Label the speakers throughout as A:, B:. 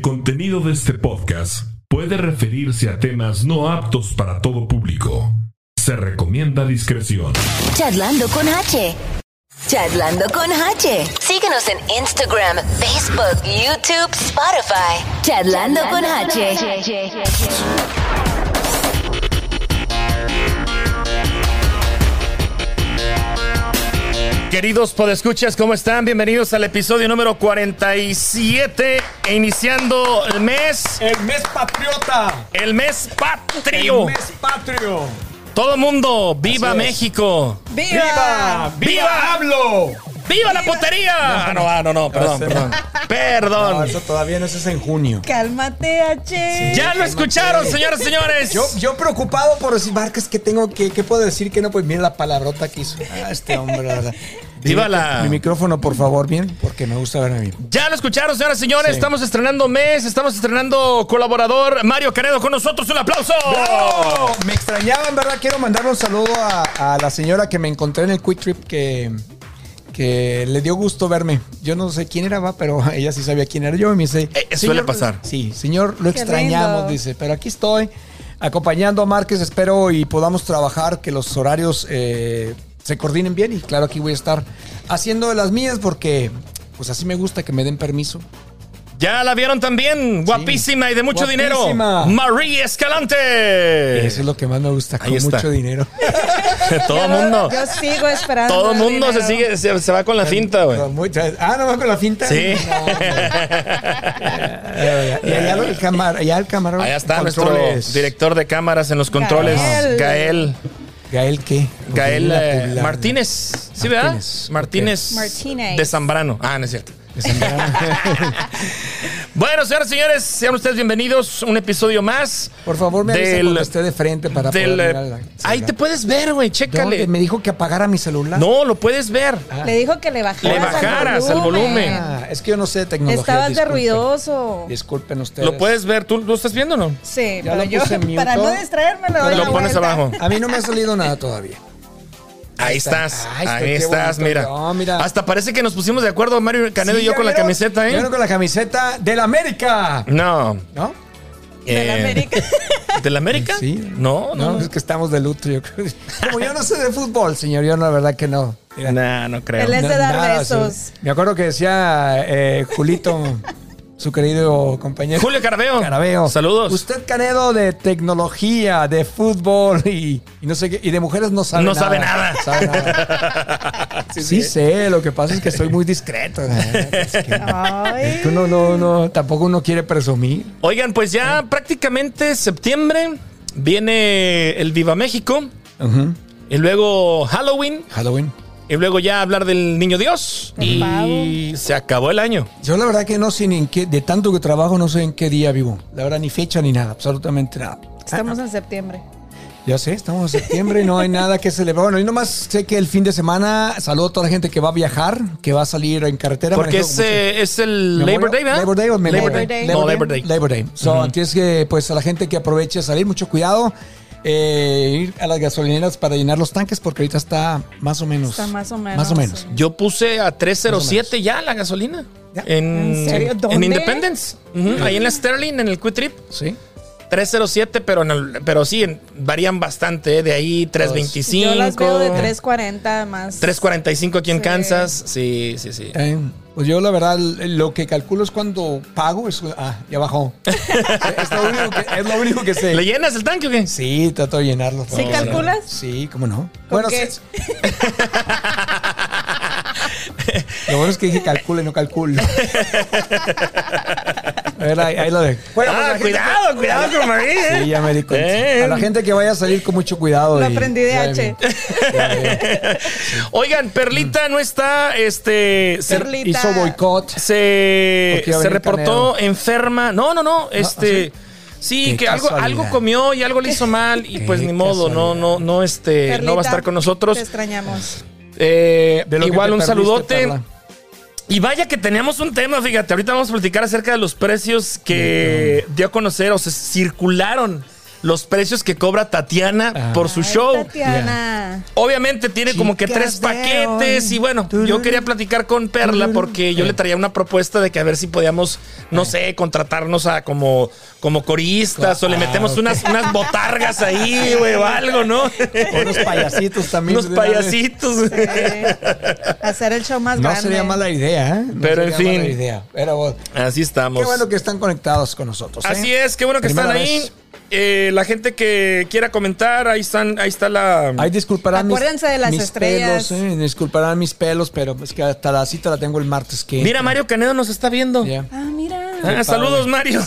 A: contenido de este podcast puede referirse a temas no aptos para todo público. Se recomienda discreción.
B: Chatlando con H. Chatlando con H. Síguenos en Instagram, Facebook, YouTube, Spotify. Chatlando, con H.
C: Queridos podescuchas, ¿cómo están? Bienvenidos al episodio número 47, e iniciando el mes,
D: El mes patriota.
C: el mes
D: El
C: patrio.
D: mes patrio.
C: Todo mundo, viva
D: Así es.
C: México.
D: ¡Viva! ¡Viva,
C: ¡Viva!
D: hablo!
C: ¡Viva la putería! No, ah, no, no, no, perdón,
D: No,
C: perdón.
D: No,
C: Perdón.
D: eso todavía no eso es en junio.
E: Cálmate, H.
C: Ya lo escucharon, señoras y señores.
D: Yo, yo preocupado por decir, Vargas, que tengo que, ¿qué puedo decir? Que no, pues mira la palabrota que hizo. Ah, este hombre, la verdad.
C: Viva la-
D: Mi micrófono, por favor, bien, porque me gusta ver a mí.
C: Ya lo escucharon, señoras y señores.
D: Sí.
C: Estamos estrenando mes, estamos estrenando colaborador Mario Canedo con nosotros. ¡Un aplauso!
D: Me extrañaba, en verdad. Quiero mandarle un saludo a, a la señora que me encontré en el Quick Trip que, que le dio gusto verme. Yo no sé quién era, va, pero ella sí sabía quién era yo y me dice.
C: Eh, suele
D: "Señor,
C: pasar.
D: Sí, señor, lo
E: Qué
D: extrañamos,
E: lindo.
D: dice. Pero aquí estoy acompañando a Márquez. Espero y podamos trabajar, que los horarios eh, se coordinen bien. Y claro, aquí voy a estar haciendo de las mías porque. Pues así me gusta que me den permiso.
C: Ya la vieron también, guapísima y de mucho
D: Guapísima.
C: dinero. María Escalante.
D: Eso es lo que más me gusta,
C: Eh, ahí
D: con
C: está.
D: mucho dinero.
C: Todo el mundo.
E: Yo sigo esperando.
C: Todo el
E: el
C: mundo se
E: dinero.
C: sigue, se, se va con la cinta, güey.
D: Pero muy tra- Ah, no va con la finta.
C: Sí.
D: No, hombre. Eh, Y allá, lo- el camar- allá el camarón.
C: Allá está
D: Controles.
C: nuestro director de cámaras en los controles,
E: Gael.
C: Gael.
D: Gael, ¿qué?
C: Gael
D: Gabriela
C: eh,
D: Publana.
C: Martínez. ¿Sí, verdad?
D: Martínez.
C: Martínez.
E: Martínez.
C: De Zambrano. Ah, no es cierto. Bueno, señoras y señores, sean ustedes bienvenidos. Un episodio más.
D: Por favor, me avisa
C: Del-
D: cuando esté de frente para
C: del,
D: poder
C: eh,
D: mirar la-
C: ahí te puedes ver, güey.
D: ¿Dónde?
C: Chécale.
D: Me dijo que apagara mi celular.
C: No, lo puedes ver.
D: Ah,
E: Le dijo que le bajaras,
C: Le bajaras al volumen.
D: ah, es que yo no sé de tecnología.
E: Estabas de
D: disculpen.
E: ruidoso.
D: Disculpen ustedes.
C: Lo puedes ver. ¿Tú lo estás viendo o no?
E: Sí,
D: Ya
E: pero
D: lo
E: yo,
D: puse en mute.
E: para no distraerme, le doy
C: Lo
E: la
C: pones
E: vuelta.
C: abajo.
D: A mí no me ha salido nada todavía.
C: Ahí estás, ahí,
D: está. Ay, está, qué
C: estás,
D: bonito.
C: mira.
D: No, mira.
C: Hasta parece que nos pusimos de acuerdo Mario Canedo
D: Sí,
C: y yo
D: ya
C: con la
D: vieron,
C: camiseta,
D: ya
C: ¿eh?
D: vieron con la camiseta del América.
C: No.
D: ¿No?
E: De la
C: eh,
E: América.
C: ¿De la América?
D: Sí.
C: No, no.
D: No, es que estamos de luto, yo creo. Como yo no sé de fútbol, señor, yo no, la verdad que no.
C: No, nah, no creo.
E: Él es-
D: No,
E: de dar
D: nada,
E: besos.
D: sí. Me acuerdo que decía eh, Julito, su querido compañero.
C: Julio Carabeo.
D: Carabeo.
C: Saludos.
D: Usted, Canedo, de tecnología, de fútbol y, y no sé qué. Y de mujeres no sabe
C: No
D: nada.
C: sabe nada.
D: Sabe nada. sí, sé, lo que pasa es que soy muy discreto. Es que-
E: Ay.
D: que uno no, no, tampoco uno quiere presumir.
C: Oigan, pues ya
D: Eh.
C: prácticamente septiembre viene el Viva México y luego Halloween
D: Halloween.
C: y luego ya hablar del Niño Dios
E: El
C: y se acabó el año.
D: Yo la verdad que no sé ni en qué, de tanto que trabajo, no sé en qué día vivo. La verdad, ni fecha ni nada, absolutamente nada.
E: Estamos en septiembre.
D: Ya sé, estamos en septiembre y no hay nada que celebrar. Bueno, yo nomás sé que el fin de semana saludo a toda la gente que va a viajar, que va a salir en carretera.
C: Porque
D: manejando
C: es,
D: como
C: eh, es el
D: Memorial-
C: Labor Day, ¿verdad?
D: Labor Day o Memorial
E: Labor
D: Day.
E: Day.
C: No, Labor Day.
D: Labor Day. So, tienes que, pues, a la gente que aproveche a salir, mucho cuidado. eh, ir a las gasolineras para llenar los tanques porque ahorita está más o menos.
E: Está más o menos,
D: Más o menos.
E: sí.
C: Yo puse a 307 ya la gasolina.
D: Ya.
C: En,
E: ¿En serio? ¿Dónde?
C: Independence. Ujú, Ahí en la Sterling, en el Quick Trip.
D: Sí.
C: 307, pero, en el- pero sí, en- varían bastante. ¿eh? De ahí 325.
E: Yo las veo de 3.40 más.
C: 345 aquí en
E: Sí.
C: Kansas. Sí, sí, sí.
D: Eh, pues yo la verdad lo que calculo es cuando pago es ah ya bajó es, lo único que, es lo único que sé
C: ¿Le llenas el tanque o qué?
D: sí trato de llenarlo
E: ¿Sí calculas?
D: sí cómo no
E: ¿Con
D: bueno
E: qué?
D: sí, lo bueno es que dije calcule no calculo a ver ahí, ahí lo dejo Bueno, pues la
C: ah,
D: gente-
C: cuidado, cuidado con Marí, ¿eh?
D: Sí, ya me di cuenta.
C: Eh.
D: A la gente que vaya a salir con mucho cuidado.
E: Lo
D: y-
E: aprendí de
D: ya
E: H.
D: vi. Ya vi.
C: Oigan, Perlita no está, este... se-
E: Perli- Lita.
D: Hizo boicot.
C: se,
D: Porque iba a
C: se
D: venir
C: reportó enferma. No, no, no. Este. Sí,
D: ¿ah, Qué
C: que algo,
D: casualidad.
C: algo comió y algo le hizo mal. Y
D: Qué
C: pues ni modo, no, no, no, este.
E: Perlita,
C: no va a estar con nosotros.
E: Te extrañamos.
C: Eh,
D: De lo que
C: igual
D: te
C: un
D: perdiste,
C: saludote.
D: Perla.
C: Y vaya que teníamos un tema, fíjate, ahorita vamos a platicar acerca de los precios que dio a conocer o se circularon los precios que cobra Tatiana
D: Ah.
C: por su
E: Ay,
C: show.
E: Tatiana.
C: Obviamente tiene como que tres
E: Chicas de
C: paquetes
E: hoy.
C: y bueno, yo quería platicar con Perla porque yo le traía una propuesta de que a ver si podíamos, no sé, contratarnos a como, como coristas o le
D: Ah,
C: metemos
D: ok.
C: unas, unas botargas ahí, güey, o algo, ¿no?
D: Unos payasitos también.
C: Unos
D: de una vez.
C: payasitos.
E: Eh, hacer el show más
D: No
E: grande.
D: sería mala idea, ¿eh? No
C: Pero, en
D: sería
C: fin.
D: mala idea. Pero bueno,
C: Así estamos.
D: qué bueno que están conectados con nosotros. ¿eh?
C: Así es, qué bueno que
D: Primera
C: están ahí.
D: vez.
C: Eh, la gente que quiera comentar, ahí están, ahí está la.
D: Ahí disculparán mis-
E: Acuérdense de las
D: mis
E: estrellas.
D: pelos, ¿eh? Disculparán mis pelos, pero es que hasta la cita la tengo el martes que.
C: Mira, Mario Canedo nos está viendo.
D: Ya.
E: Ah, mira.
C: Ah, saludos, Mario.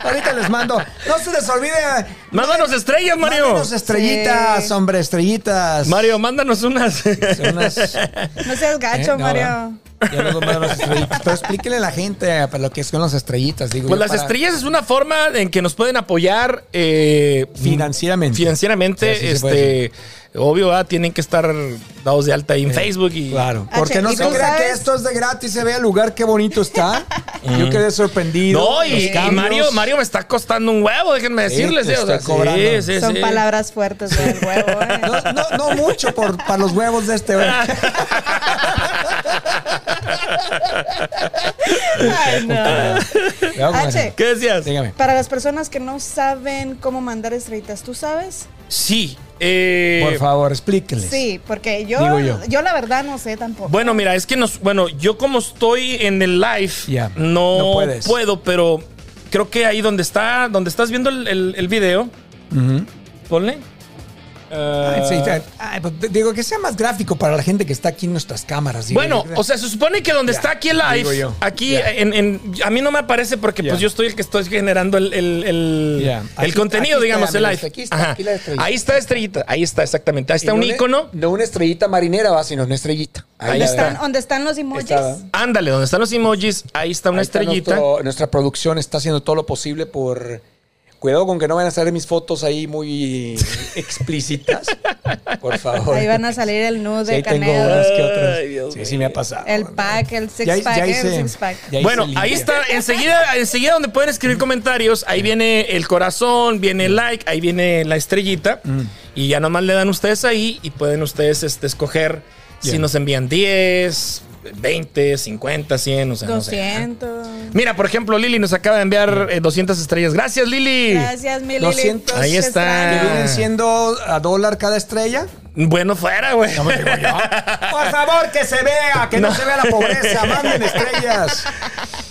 D: Ahorita les mando. No se les olvide.
C: Mándanos estrellas, Mario.
D: Mándenos estrellitas,
E: Sí.
D: hombre, estrellitas.
C: Mario, mándanos unas.
D: Son unas-
E: No seas gacho,
D: Eh, no,
E: Mario.
D: ¿verdad? Ya luego mandan las estrellitas. Pero explíquenle a la gente eh, para lo que son las estrellitas, digo.
C: Pues
D: yo,
C: las
D: para-
C: estrellas es una forma en que nos pueden apoyar eh,
D: Financieramente.
C: Financieramente,
D: Sí, así se puede Eh,
C: este, obvio, ah, tienen que estar dados de alta ahí en Facebook y
D: Claro. Porque
E: H,
D: no
E: Ah, ¿y
D: se
E: tú
D: crea que
E: sabes?
D: esto es de gratis, se ve el lugar, qué bonito está. Yo quedé sorprendido.
C: No,
D: Los
C: y, y
D: cambios.
C: Mario, Mario me está costando un huevo, déjenme
D: Sí,
C: decirles.
D: te
C: eh, o sea,
D: está cobrando.
C: sí, sí,
E: Son
C: sí.
E: palabras fuertes del huevo, eh.
D: No, no, no mucho por, para los huevos de este. güey.
E: Ay, no.
D: Cuidado con
E: H.
D: eso.
C: ¿Qué decías?
D: Dígame.
E: Para las personas que no saben cómo mandar estrellitas, ¿tú sabes?
C: Sí. eh,
D: Por favor, explíquenles.
E: Sí, porque yo,
D: Digo yo.
E: yo. la verdad no sé tampoco.
C: Bueno, mira, es que nos. Bueno, yo como estoy en el live,
D: Ya,
C: no,
D: no puedes.
C: puedo, pero creo que ahí donde está, donde estás viendo el, el- el video,
D: Ujú.
C: ponle. Ah,
D: Ay, sí, ay, pues, te- digo que sea más gráfico para la gente que está aquí en nuestras cámaras. digo,
C: Bueno,
D: yo.
C: o sea, se supone que donde
D: Ya,
C: está aquí el live,
D: digo yo.
C: aquí
D: Ya.
C: en, en- a mí no me aparece porque
D: Ya.
C: pues yo estoy el que estoy generando el, el- el-
D: Ya.
C: el
D: Aquí-
C: contenido,
D: aquí está,
C: digamos, el
D: mira,
C: live.
D: está aquí, está
C: Ajá.
D: aquí la estrellita.
C: ahí está estrellita, ahí está exactamente, ahí
D: Y
C: está un
D: no le-
C: icono.
D: No una estrellita marinera, va, sino una estrellita.
C: Ahí
E: ¿Dónde
D: la
E: están,
D: veo.
E: ¿Dónde están los emojis?
D: Estaba.
C: Ándale, donde están los emojis, ahí está una
D: Ahí está
C: estrellita.
D: nuestro- nuestra producción está haciendo todo lo posible por. Cuidado con que no van a salir mis fotos ahí muy explícitas. Por favor.
E: Ahí van a salir el nude
D: Sí, ahí
E: de
D: tengo
E: Canedo.
D: unas que otras.
C: Ay, Dios
D: sí,
C: mío.
D: sí me ha pasado.
E: El pack, el six pack, el six pack.
D: ya hice
C: bueno,
D: limpia.
C: ahí está, enseguida, enseguida donde pueden escribir comentarios, ahí viene el corazón, viene el like, ahí viene la estrellita
D: Mm.
C: y ya nomás le dan ustedes ahí y pueden ustedes este, escoger si
D: Bien.
C: nos envían 10, 20, 50, 100, o sea, no sé.
E: 200.
C: Mira, por ejemplo, Lili nos acaba de
D: Mm.
C: enviar eh, 200 estrellas. Gracias, Lili.
E: Gracias, mi Lili.
D: 200.
C: Ahí
E: Te
C: está.
D: Que
E: extraño.
D: vienen siendo a dólar cada estrella.
C: Bueno, fuera, güey.
D: Por favor, que se vea, que no, se vea la pobreza, manden estrellas.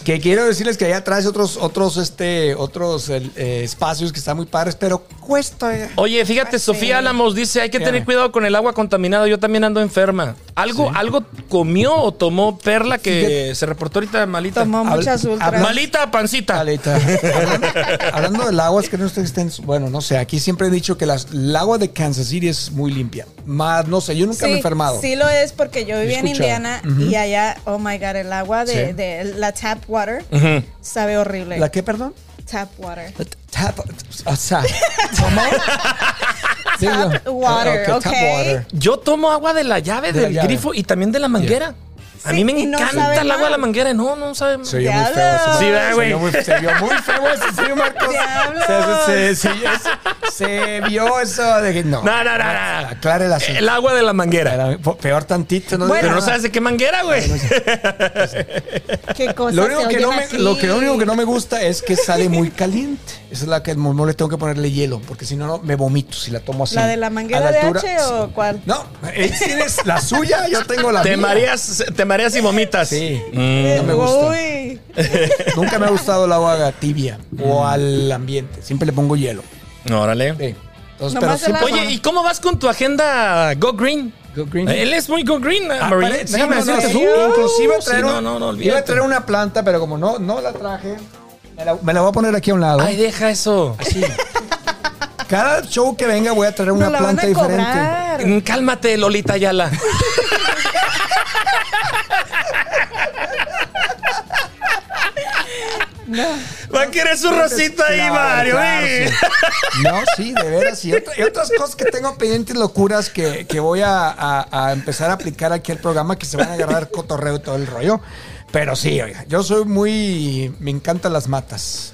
D: Que quiero decirles que allá atrás hay otros, otros, este, otros el, eh, espacios que están muy padres, pero cuesta. eh.
C: Oye, fíjate, Sofía Álamos dice, hay que tener
D: Dígame.
C: cuidado con el agua contaminada, yo también ando enferma. Algo algo comió o tomó Perla que
D: Fíjate.
C: se reportó ahorita malita.
E: Tomó
D: Habla-
E: muchas ultras.
D: habla-
C: Malita pancita.
D: Aleta, hablando, hablando del agua, es que no ustedes estén. Bueno, no sé, aquí siempre he dicho que las, el agua de Kansas City es muy limpia. Más, no sé, yo nunca me he enfermado.
E: sí lo es porque yo vivía en
D: escuchado.
E: Indiana y allá, oh my god, el agua de,
D: Sí.
E: de la tap water
C: Ujú.
E: sabe horrible.
D: ¿La qué, perdón?
E: tap water.
D: Tap. O sea, ¿cómo? Digo,
E: Tap water,
D: ok, tap
E: ok.
D: water.
C: Yo tomo agua de la llave,
D: De la
C: del
D: llave.
C: grifo y también de la manguera. A
E: Sí,
C: mí me
E: y no
C: encanta
E: sabe
C: el agua de la
E: mal.
C: manguera. No, no sabe. mal.
D: Se oyó muy feo.
E: Diablo.
D: eso.
C: Sí, ¿verdad, güey?
D: Se oyó muy- Se vio muy feo eso, sí, Marcos.
E: Diablos.
D: Se, se- se- se- se vio eso de que no.
C: No, no, no, no.
D: Aclare el asunto.
C: El agua de la manguera.
D: Era peor tantito, ¿no?
E: Bueno.
C: Pero no sabes de qué manguera, güey.
E: ¿Qué cosa
D: Lo único,
E: se
D: que
E: oyen
D: no me,
E: aquí?
D: lo que lo único que no me gusta es que sale muy caliente. Esa es la que no le tengo que ponerle hielo, porque si no, no, me vomito si la tomo así.
E: ¿La de la manguera
D: A
E: de
D: altura,
E: H o cuál?
D: No, él tienes la suya, yo tengo la
C: Te
D: mía.
C: mareas, te mareas y vomitas.
D: Sí.
C: Mm.
D: no me gusta.
E: Uy.
D: Nunca me ha gustado el agua tibia o al ambiente. Siempre le pongo hielo.
C: Órale.
D: Sí. pues, Entonces,
E: Nomás el agua.
C: Oye, Eh, ¿y cómo vas con tu agenda Go Green?
D: Go Green.
C: Él es muy Go Green,
D: Ah,
C: Marilyn.
D: pare- sí,
C: Déjame
D: no, no,
C: decirte.
D: sí,
E: Uh,
D: inclusive
C: sí,
D: traer un-
C: no, no, no,
D: iba a
C: olvídate.
D: traer una planta, pero como no, no la traje, me la, me la voy a poner aquí a un lado.
C: Ay, deja eso.
D: Sí. Cada show que venga voy a traer una
E: Nos la van
D: planta
E: a
D: diferente.
E: cobrar.
C: Mm, Cálmate, Lolita Ayala. Va a querer su rosita ahí,
D: Claro,
C: Mario.
D: claro,
C: ¿eh?
D: sí. No, sí, de veras. Y, otra- y otras cosas que tengo pendientes, locuras que, que voy a, a- a empezar a aplicar aquí al programa, que se van a agarrar cotorreo y todo el rollo. Pero sí, oiga, yo soy muy. Me encantan las matas.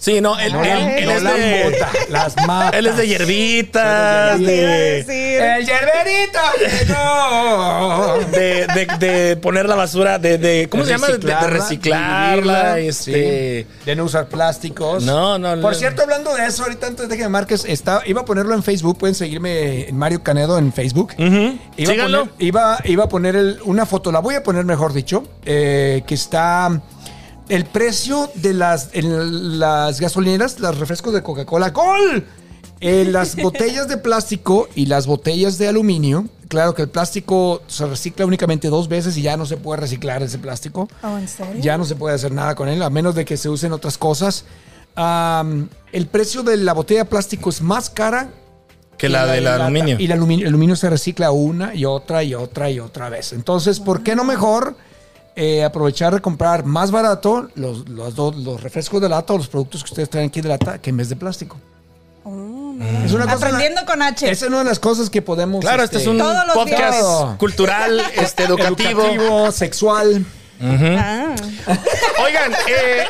C: Sí, no, él,
D: No
C: él-
D: la-
C: él
D: no
C: es
D: las
C: de.
D: bota, las mata.
C: Él es de hierbitas.
E: Te iba a
C: De,
E: decir.
D: ¡El yerberito! No.
C: de, de- de poner la basura, de, de ¿cómo
D: De
C: se llama? De, de
D: reciclarla,
C: reciclarla,
D: dividirla,
C: este.
D: sí, de no usar plásticos.
C: No, no,
D: Por
C: no.
D: cierto, hablando de eso, ahorita antes de que me marques, está, iba a ponerlo en Facebook. Pueden seguirme en Mario Canedo en Facebook.
C: Ujú.
D: Iba
C: ¿Mm? Síganlo.
D: A poner, iba, iba a poner el- una foto, la voy a poner mejor dicho, eh, que está el precio de las, en las gasolineras, los refrescos de Coca-Cola, ¡Gol! Eh, las botellas de plástico y las botellas de aluminio. Claro que el plástico se recicla únicamente dos veces y ya no se puede reciclar ese plástico.
E: Oh, ¿en serio?
D: Ya no se puede hacer nada con él, a menos de que se usen otras cosas. Am, el precio de la botella de plástico es más cara
C: Que la
D: y
C: del
D: de lata.
C: aluminio.
D: Y el aluminio, el aluminio se recicla una y otra y otra y otra vez. Entonces, ¿por qué no mejor eh, aprovechar de comprar más barato los, los, dos- los refrescos de lata o los productos que ustedes traen aquí de lata que en vez de plástico?
E: Oh, mira.
D: Es una cosa-
E: Aprendiendo con H.
D: Esa es una de las cosas que podemos...
C: Mm. Claro, este es un
E: Todos los
C: podcast
D: días.
C: cultural, este, educativo.
D: educativo, sexual.
E: Ah.
C: Oigan, eh,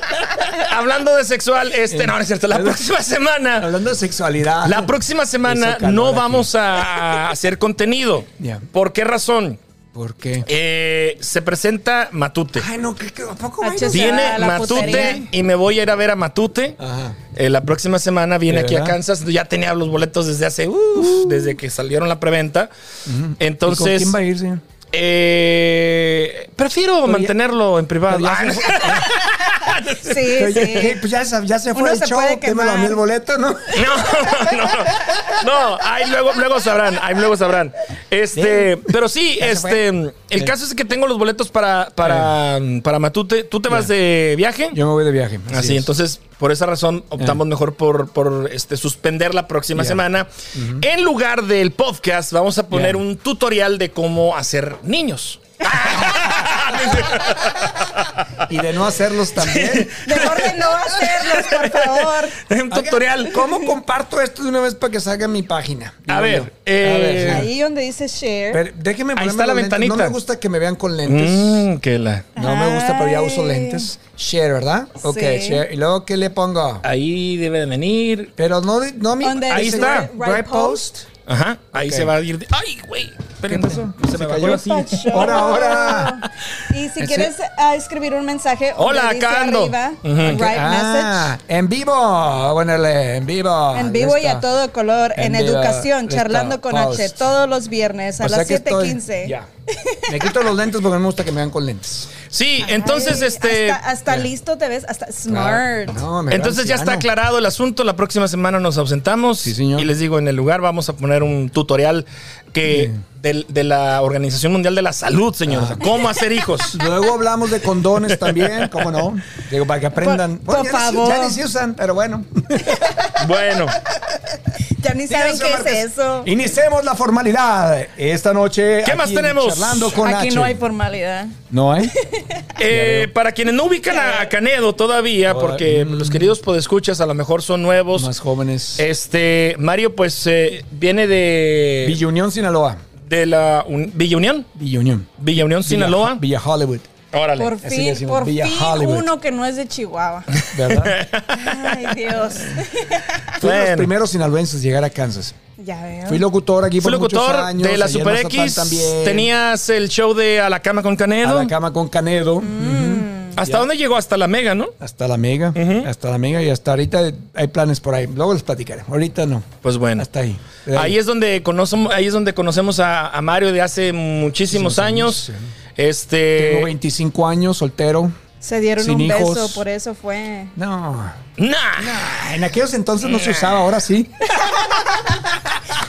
C: hablando de sexual, este, no, no es cierto, la próxima semana,
D: Hablando de sexualidad.
C: la próxima semana
D: Hizo calor
C: no
D: aquí.
C: vamos a hacer contenido.
D: Ya.
C: ¿Por qué razón?
D: ¿Por qué?
C: Eh, se presenta Matute.
D: Ay, no, que, que ¿a poco
E: Ah,
D: bailas?
E: chis-
C: Viene
E: la
C: Matute
E: putería.
C: y me voy a ir a ver a Matute.
D: Ajá.
C: Eh, la próxima semana viene
D: ¿De
C: aquí a
D: verdad?
C: Kansas. Ya tenía los boletos desde hace, uf, desde que salieron la preventa.
D: ¿Y con
C: Entonces,
D: quién va a ir, señor?
C: eh, prefiero mantenerlo en privado.
D: Pero ya
C: Ah,
D: se
C: no.
E: Sí,
D: ¿Qué?
E: sí.
D: Pues ya, se- ya se fue
E: Uno
D: el
E: se
D: show,
E: puede
D: démelo a mí
E: quemar.
D: el boleto, ¿no?
C: No, no, no. Ahí luego, luego sabrán, ahí luego sabrán. Este,
D: Bien.
C: pero sí,
D: Ya se fue.
C: este, el
D: Bien.
C: caso es que tengo los boletos para, para, para Matute. ¿Tú te vas de viaje?
D: Yo me voy de viaje.
C: Así, Ah, entonces, por esa razón optamos mejor por, por, este, suspender la próxima
D: Ya.
C: semana. En lugar del podcast, vamos a poner
D: Ya.
C: un tutorial de cómo hacer niños.
D: Y de no hacerlos también.
E: Mejor de no hacerlos, por favor.
C: un tutorial.
D: ¿Cómo comparto esto de una vez para que salga en mi página?
C: A
D: Digo
C: ver,
D: yo.
C: eh,
D: A ver, sí.
E: Ahí donde dice share.
D: Pero déjenme
C: ahí
D: ponerme
C: está la
D: los lentes.
C: ventanita.
D: No me gusta que me vean con lentes.
C: Mm, que la.
D: No me gusta, pero ya uso
E: Ay.
D: lentes. Share, ¿verdad? Ok,
E: Sí.
D: share. ¿Y luego qué le pongo?
C: Ahí debe de venir.
D: Pero no, di- no mi...
E: Donde
C: Ahí
D: ese-
C: está.
D: Right,
E: Right
D: post.
C: Ajá, ahí
D: Ok.
C: se va a ir. de- ¡Ay, güey! Espérenme, Se, me
D: cayó
C: bajó.
D: así. Ahora, ahora.
E: Y si
D: Ese-
E: quieres ah, escribir un mensaje,
C: Hola,
E: donde dice
C: acá ando.
E: arriba,
C: Ujú.
E: right message.
D: Ah, en vivo. Pónele, en vivo.
E: En vivo y a
D: Listo.
E: todo color, en,
D: En vivo,
E: educación,
D: listo,
E: charlando con
D: post.
E: H, todos los viernes a
D: O sea
E: las
D: que estoy-
E: 7:15.
D: Ya. Me quito los lentes porque no me gusta que me vean con lentes.
C: Sí, entonces,
E: Ay,
C: este.
E: Hasta, hasta listo te ves,
D: Ah,
E: hasta smart.
D: No, me veo
C: Entonces ya está
D: anciano.
C: aclarado el asunto. La próxima semana nos ausentamos.
D: Sí, señor.
C: Y les digo, en el lugar vamos a poner un tutorial que del- de, la Organización Mundial de la Salud, señor.
D: Ah.
C: ¿Cómo hacer hijos?
D: Luego hablamos de condones también, ¿cómo no? Digo, para que aprendan.
E: Por-
D: Bueno, ya
E: por
D: ni se-
E: favor.
D: Ya ni se usan, pero bueno.
C: bueno,
E: Ya ni saben
D: Díganos,
E: qué
D: Marcos.
E: es eso.
D: Iniciemos la formalidad. Esta noche.
C: ¿Qué más
D: en
C: tenemos?
D: Charlando con
E: Aquí
D: H.
E: no hay formalidad.
D: No hay.
C: eh, para quienes no ubican a
E: Eh.
C: a Canedo todavía,
D: Ahora,
C: porque
D: mm.
C: los queridos podescuchas a lo mejor son nuevos.
D: Más jóvenes.
C: Este, Mario, pues eh, viene de,
D: Villa Unión, Sinaloa.
C: de la un- Villa Unión.
D: Villa Unión.
C: Villa Unión,
D: Villa-
C: Sinaloa.
D: Villa Hollywood.
C: Órale.
E: Por
D: Así le
E: fin,
D: decimos,
E: por
D: Villa
E: fin
D: Hollywood.
E: uno que no es de Chihuahua.
D: ¿Verdad?
E: Ay, Dios.
D: Fui de los
C: Bueno. Ah.
D: primeros sinaloenses a llegar a Kansas.
E: Ya veo.
D: Fui locutor aquí
C: Fui
D: por
C: locutor
D: muchos años.
C: de la
D: allá en
C: Super
D: Mazatlán
C: X.
D: también.
C: Tenías el show de A la Cama con
D: A
C: Canedo.
D: la cama con
C: Mm.
D: Canedo. Ujú.
C: ¿Hasta dónde llegó? Hasta la Mega, ¿no?
D: Hasta la mega, hasta la mega y hasta ahorita hay planes por ahí. Luego les platicaré. Ahorita no.
C: Pues bueno.
D: Hasta ahí.
C: Ahí es donde conocemos, ahí es donde conocemos a, a Mario de hace muchísimos años.
D: Tengo
C: Este.
D: 25 años, soltero.
E: Se dieron
D: Sin
E: un
D: hijos.
E: beso, por eso fue.
D: No.
C: Nah.
D: En aquellos entonces no se usaba, ahora sí.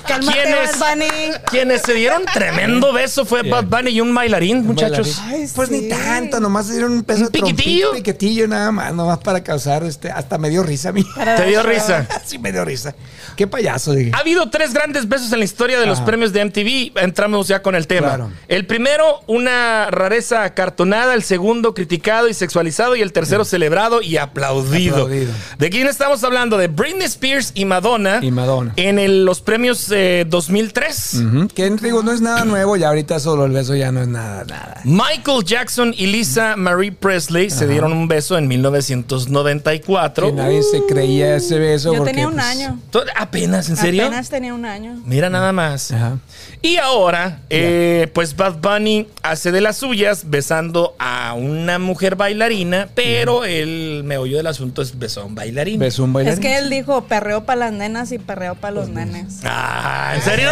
E: Cálmate,
C: ¿Quién es?
E: Bad Bunny.
C: Quienes se dieron tremendo beso fue Bad Bunny y un bailarín, muchachos.
E: Ay,
D: pues
E: sí.
D: ni tanto, nomás se dieron un peso
C: ¿Un piquitillo?
D: Un piquitillo nada más, nomás para causar este. Hasta me dio risa a mí.
C: Te dio risa. Ah.
D: sí, me dio risa. Qué payaso, dije.
C: Ha habido tres grandes besos en la historia de los
D: Ajá.
C: premios de MTV. Entramos ya con el tema.
D: Claro.
C: El primero, una rareza acartonada. El segundo, criticado y sexualizado. Y el tercero, celebrado y aplaudido.
D: Mm. Aplaudido.
C: ¿De quién estamos hablando? De Britney Spears y Madonna.
D: Y Madonna. Mm.
C: En el- los premios eh, de 2003.
D: Ujú, Que digo, no es nada nuevo y ahorita solo el beso ya no es nada, nada.
C: Michael Jackson y Lisa
D: Mm.
C: Marie Presley se dieron un beso en
D: Que
C: 1994.
D: nadie se creía ese beso.
E: Yo
D: porque,
E: tenía un
D: pues,
E: año.
C: To- Apenas, ¿en serio?
E: Apenas tenía un año.
C: Mira nada más.
D: Ajá.
C: Y ahora, eh, pues Bad Bunny hace de las suyas besando a una mujer bailarina, pero el meollo del asunto es besó a un bailarín.
D: Beso un bailarín.
E: Es que él dijo perreo para las nenas y perreo para los nenes.
C: Ah, ¿en serio?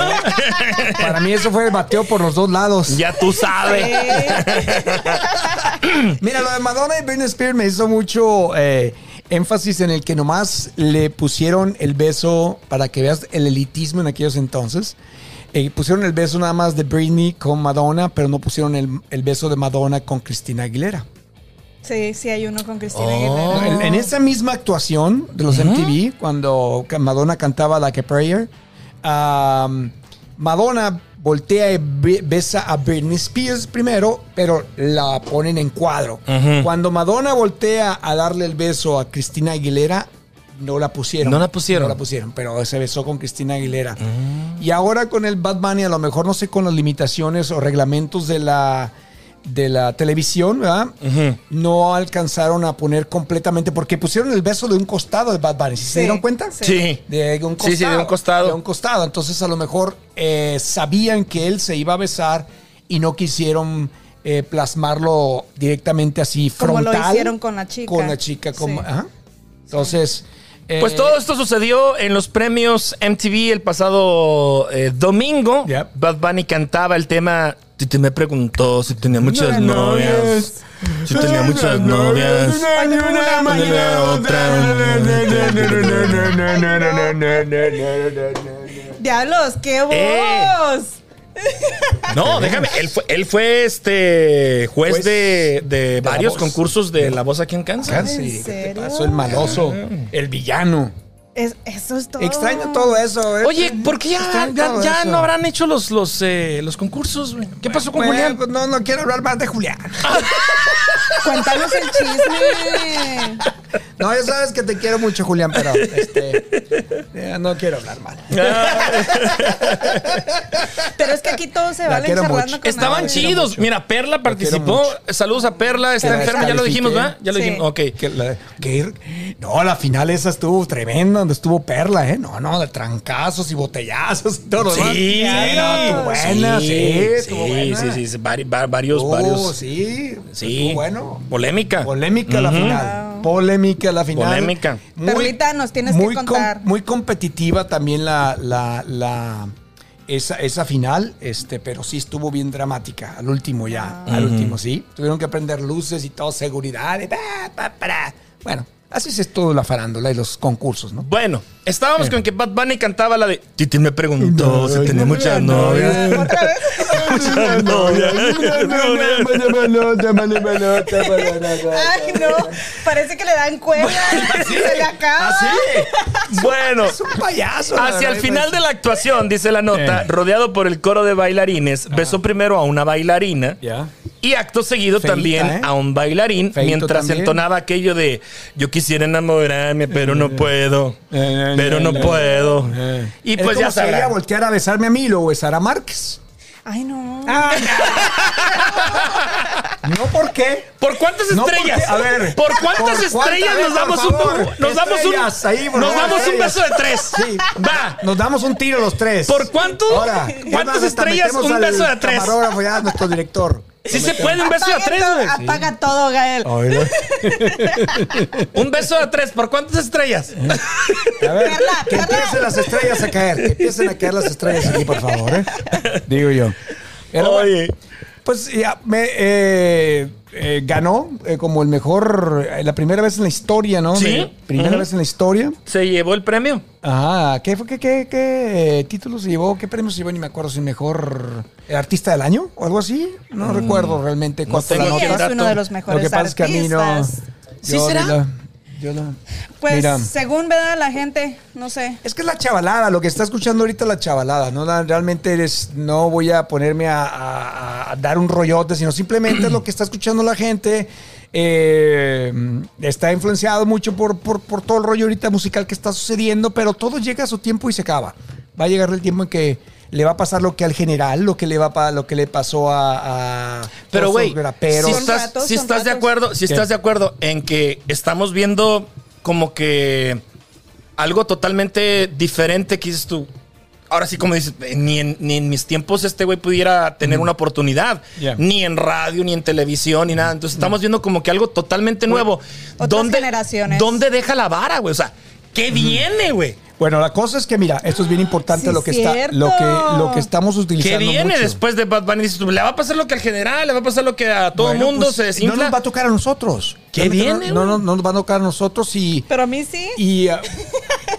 D: Para mí eso fue bateo por los dos lados.
C: ya tú sabes.
D: Mira, lo de Madonna y Britney Spears me hizo mucho eh, énfasis en el que nomás le pusieron el beso para que veas el elitismo en aquellos entonces. Eh, pusieron el beso nada más de Britney con Madonna, pero no pusieron el, el beso de Madonna con Cristina Aguilera.
E: Sí, sí hay uno con Cristina
C: Oh.
E: Aguilera.
D: En, en esa misma actuación de los MTV, cuando ca- Madonna cantaba Like a Prayer, um, Madonna voltea y be- besa a Britney Spears primero, pero la ponen en cuadro. Cuando Madonna voltea a darle el beso a Cristina Aguilera, no la pusieron.
C: No la pusieron.
D: No la pusieron, pero se besó con Cristina Aguilera. Y ahora con el Bad Bunny, a lo mejor no sé con las limitaciones o reglamentos de la de la televisión, ¿verdad? No alcanzaron a poner completamente porque pusieron el beso de un costado de Bad Bunny. ¿Sí ¿Se
E: Sí,
D: dieron cuenta?
E: sí.
C: Sí.
D: De un costado.
C: Sí, sí, de un costado.
D: De un costado. Entonces, a lo mejor eh, sabían que él se iba a besar y no quisieron eh, plasmarlo directamente así
E: Como lo
D: frontal.
E: hicieron con la chica.
D: Con la chica. como-
E: Sí.
D: ajá. Entonces. eh,
C: Pues todo esto sucedió en los premios MTV el pasado eh, domingo.
D: Yep.
C: Bad Bunny cantaba el tema. Si te me preguntó si tenía muchas
D: Tenía
C: novias. Si tenía muchas novias.
D: Ay, ni una,
C: ni
D: ni
C: la
E: Diablos, qué voz.
C: Eh. No, déjame. Él fue, él fue este juez
D: Juez
C: de, de
D: de La
C: varios
D: Voz.
C: concursos de La Voz aquí en Kansas.
D: Sí,
E: ¿En
D: ¿qué te
E: serio?
D: pasó? El maloso, el villano.
E: Es- eso es todo.
D: Extraño todo eso. ¿eh?
C: Oye, ¿por qué ya,
D: Extraño
C: ya,
D: todo
C: ya
D: eso.
C: no habrán hecho los, los, eh, los concursos? güey? ¿Qué pasó con
D: Bueno,
C: Julián?
D: pues no, no quiero hablar más de Julián.
E: Cuéntanos el chisme.
D: No, ya sabes que te quiero mucho, Julián, pero este, eh, no quiero hablar mal.
E: Pero es que aquí todos se
D: La
E: valen
D: quiero
E: charlando
D: mucho.
E: con
C: Estaban
E: nadie.
D: quiero
C: chidos.
D: mucho.
C: Mira, Perla participó. Saludos a Perla. Está
D: la
C: enferma, ya lo dijimos,
D: descalifiqué.
C: ¿verdad? Ya lo
E: Sí.
C: dijimos. Ok.
D: Que la- que- no, la final esa estuvo tremenda, donde estuvo Perla, ¿eh? No, no, de trancazos y botellazos y todo. lo demás.
C: Sí,
D: no, estuvo buena, sí, estuvo
C: sí,
D: buena.
C: sí, sí, sí, vari- va- varios,
D: Estuvo,
C: varios. Sí,
D: Sí, estuvo bueno.
C: Polémica.
D: Polémica la final. Polémica la final.
C: Polémica.
E: Perlita, nos tienes que
D: muy com-
E: contar.
D: muy competitiva también la, la, la- esa, esa final, este, pero sí estuvo bien dramática. Al último ya. Al último, sí. Tuvieron que prender luces y todo, seguridad. y pa, pa, pa. Bueno, así es todo la farándula y los concursos, ¿no?
C: Bueno,
D: Eh.
C: estábamos con que Bad Bunny cantaba la de Titi me preguntó si tenía muchas novias.
E: Otra vez.
C: Muchas novias.
E: Ay, no. Parece que le dan cuerda. Se le acaba.
C: ¿Ah,
D: ¿Ah,
C: Bueno,
D: Es un payaso. la
C: Hacia el
D: verdad,
C: final de la actuación, dice la nota,
D: Eh. Ah.
C: rodeado por el coro de bailarines, besó primero a una bailarina
D: Ya.
C: y acto seguido
D: Feíta,
C: también
D: ¿eh?
C: a un bailarín
D: Feíto
C: mientras
D: también.
C: entonaba aquello de yo quisiera enamorarme, pero no puedo,
D: eh,
C: pero
D: eh,
C: no
D: eh,
C: puedo.
D: eh.
C: Y
D: Es
C: pues ya
D: como si ella
C: sabrá.
D: volteara a besarme a mí y luego besar a Márquez.
E: Ay, no.
C: Ah.
D: No, ¿por qué?
C: ¿Por cuántas
D: No, porque-
C: estrellas?
D: a ver.
C: ¿Por cuántas
D: ¿Por cuántas?
C: estrellas
D: A ver,
C: nos damos
D: por favor,
C: un nos damos un
D: estrellas, ahí, por
C: nos
D: favor,
C: damos un
D: estrellas.
C: beso de tres?
D: Sí.
C: Va.
D: Nos damos un tiro los tres.
C: ¿Por cuánto?
D: Ahora, es
C: ¿Cuántas
D: más, hasta
C: estrellas?
D: metemos
C: Un
D: al
C: beso de tres.
D: Camarógrafo, ya, nuestro director.
C: Si se puede un beso de
E: Apaga,
C: tres,
E: todo,
C: güey.
E: apaga todo, Gael.
D: Oh,
C: Un beso de tres, ¿por cuántas estrellas?
D: A ver,
E: Carla,
D: que
E: Carla.
D: empiecen las estrellas a caer. Que empiecen a caer las estrellas aquí, por favor, ¿eh? Digo yo. Pero bueno,
C: Oye.
D: Pues ya, me, eh, eh, ganó eh, como el mejor, eh, la primera vez en la historia, ¿no?
C: Sí.
D: De- primera
C: Ujú.
D: vez en la historia.
C: Se llevó el premio.
D: Ajá, ¿qué fue? ¿Qué, qué, qué, eh, título se llevó? ¿Qué premio se llevó? Ni me acuerdo si mejor eh, artista del año o algo así. No recuerdo realmente cuál fue
E: Sí,
C: Mm.
D: la
C: tengo aquí el
E: es
D: nota.
C: dato.
E: uno de los mejores
D: Lo que pasa es que a mí no.
E: artistas.
C: ¿Sí
D: yo
C: será?
D: la- yo la-
E: Pues
D: mira,
E: según verdad la gente, no sé.
D: es que es la chavalada, lo que está escuchando ahorita es la chavalada. No La- realmente eres, no voy a ponerme a, a- a dar un rollote, sino simplemente es lo que está escuchando la gente. Eh, está influenciado mucho por, por, por todo el rollo ahorita musical que está sucediendo, pero todo llega a su tiempo y se acaba. Va a llegar el tiempo en que le va a pasar lo que al general, lo que le va a pa- lo que le pasó a, a
C: Pero,
D: todos
C: güey,
D: los graperos.
C: si
E: Son
C: estás,
E: ratos,
C: si
E: son
C: estás de
E: ratos.
C: acuerdo, si
D: ¿Qué?
C: estás de acuerdo en que estamos viendo como que algo totalmente diferente que dices tú. Ahora sí, como dices, eh, ni en, ni en mis tiempos este güey pudiera tener una oportunidad.
D: Yeah. Mm.
C: Ni en radio, ni en televisión, ni nada. Entonces estamos viendo como que algo totalmente nuevo.
E: Otras generaciones.
C: ¿Dónde deja la vara, güey? O sea, ¿qué viene, güey?
D: Bueno, la cosa es que mira, esto es bien importante
E: Sí,
D: lo que está,
E: cierto.
D: lo que lo que estamos
C: ¿Qué
D: utilizando
C: viene
D: mucho.
C: después de Bad Bunny? Dices tú, Le va a pasar lo que al general, le va a pasar lo que a todo el
D: Bueno,
C: mundo
D: pues,
C: se desinfla.
D: No nos va a tocar a nosotros.
C: ¿Qué
D: Realmente no-
C: viene,
D: No,
C: güey?
D: no, no nos va a tocar a nosotros y
E: Pero a mí sí.
D: y a,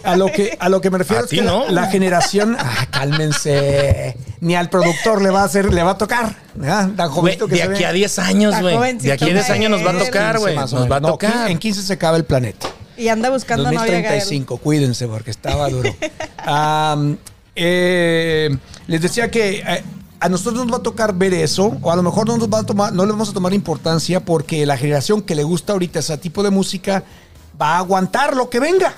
D: a lo que a lo que me refiero
C: A
D: es
C: ti
D: que la-
C: no.
D: la, generación, ah, cálmense, ni al productor le va a hacer, le va a tocar, ¿verdad? tan
C: Güey,
D: jovenito que
C: de
D: se ve.
C: aquí a 10 años,
E: Está
C: güey.
E: jovencito,
C: De aquí a 10 años nos va a
E: güey.
C: tocar,
D: 15
C: güey.
D: más
C: Nos
D: o
C: va a
D: menos. No,
C: tocar.
D: en 15 se acaba el planeta.
E: Y anda buscando novia.
D: 2035, cuídense porque estaba duro. Am, eh, les decía que eh, a nosotros nos va a tocar ver eso, o a lo mejor no nos va a tomar, no le vamos a tomar importancia porque la generación que le gusta ahorita ese tipo de música va a aguantar lo que venga.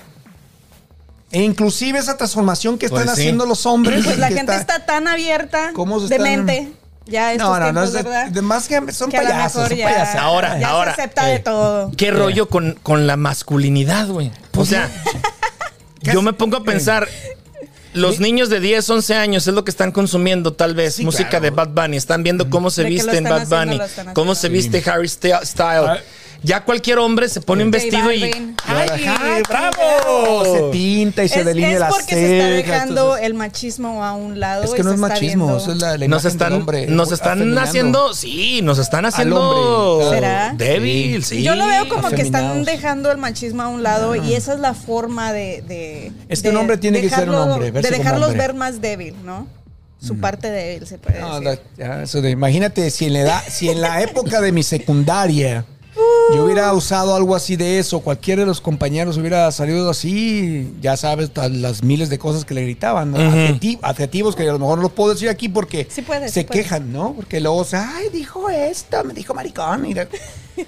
D: E inclusive esa transformación que están
C: Pues sí.
D: haciendo los hombres.
E: Pues la
D: que
E: gente está, tan abierta
D: ¿Cómo se
E: de
D: están-
E: mente. Ya estos
D: No, no, no,
E: tiempos,
D: es de-
E: ¿verdad?
D: de más que son
E: Que a lo
D: payasos,
E: mejor
D: son
E: ya-
D: payasos.
C: Ahora,
E: ya
C: ahora.
E: se acepta de
D: Eh.
E: todo.
C: ¿Qué rollo con, con la masculinidad, güey?
E: Pues
C: O sea, yo me pongo a pensar. Los niños de 10, 11 años es lo que están consumiendo, tal vez,
D: Sí,
C: música
D: claro.
C: de Bad Bunny. Están viendo cómo se
E: De que lo
C: viste en
E: están
C: Bad
E: haciendo,
C: Bunny,
E: lo están
C: cómo
E: haciendo.
C: se viste Harry Styles.
D: Ah.
C: Ya cualquier hombre se pone un
E: J
C: vestido y.
E: Balvin.
C: ¡Ay,
E: Ay,
C: bravo!
D: Se pinta y se
E: es,
D: delinea
E: es
D: las
E: porque se está
D: cejas,
E: dejando
D: entonces-
E: el machismo a un lado.
D: Es que
E: y
D: no
E: se
D: es
E: está
D: machismo,
E: viendo-
D: eso es la, la
C: nos
D: imagen del
C: están,
D: hombre.
C: nos están
D: afeminando.
C: haciendo, sí, nos están
D: hombre,
C: haciendo
D: claro.
E: ¿Será?
C: débil, sí.
E: Yo lo veo como que están
D: Afeminados.
E: dejando el machismo a un lado y esa es la forma de. de-
D: Es que
E: de
D: un hombre tiene que ser un
E: dejarlo-
D: hombre, verse
E: De
D: como
E: dejarlos
D: hombre.
E: ver más débil, ¿no? Su parte débil, se puede
D: Mm. No,
E: decir.
D: la- ya, eso de- imagínate si en la edad- si en la época de mi secundaria yo hubiera usado algo así de eso, cualquiera de los compañeros hubiera salido así, ya sabes, todas las miles de cosas que le gritaban, ¿no? Adjeti- adjetivos que a lo mejor no los puedo decir aquí porque
E: Sí puedes,
D: se
E: sí puedes.
D: quejan, ¿no? Porque luego, se, ay, dijo esto, me dijo maricón, y de-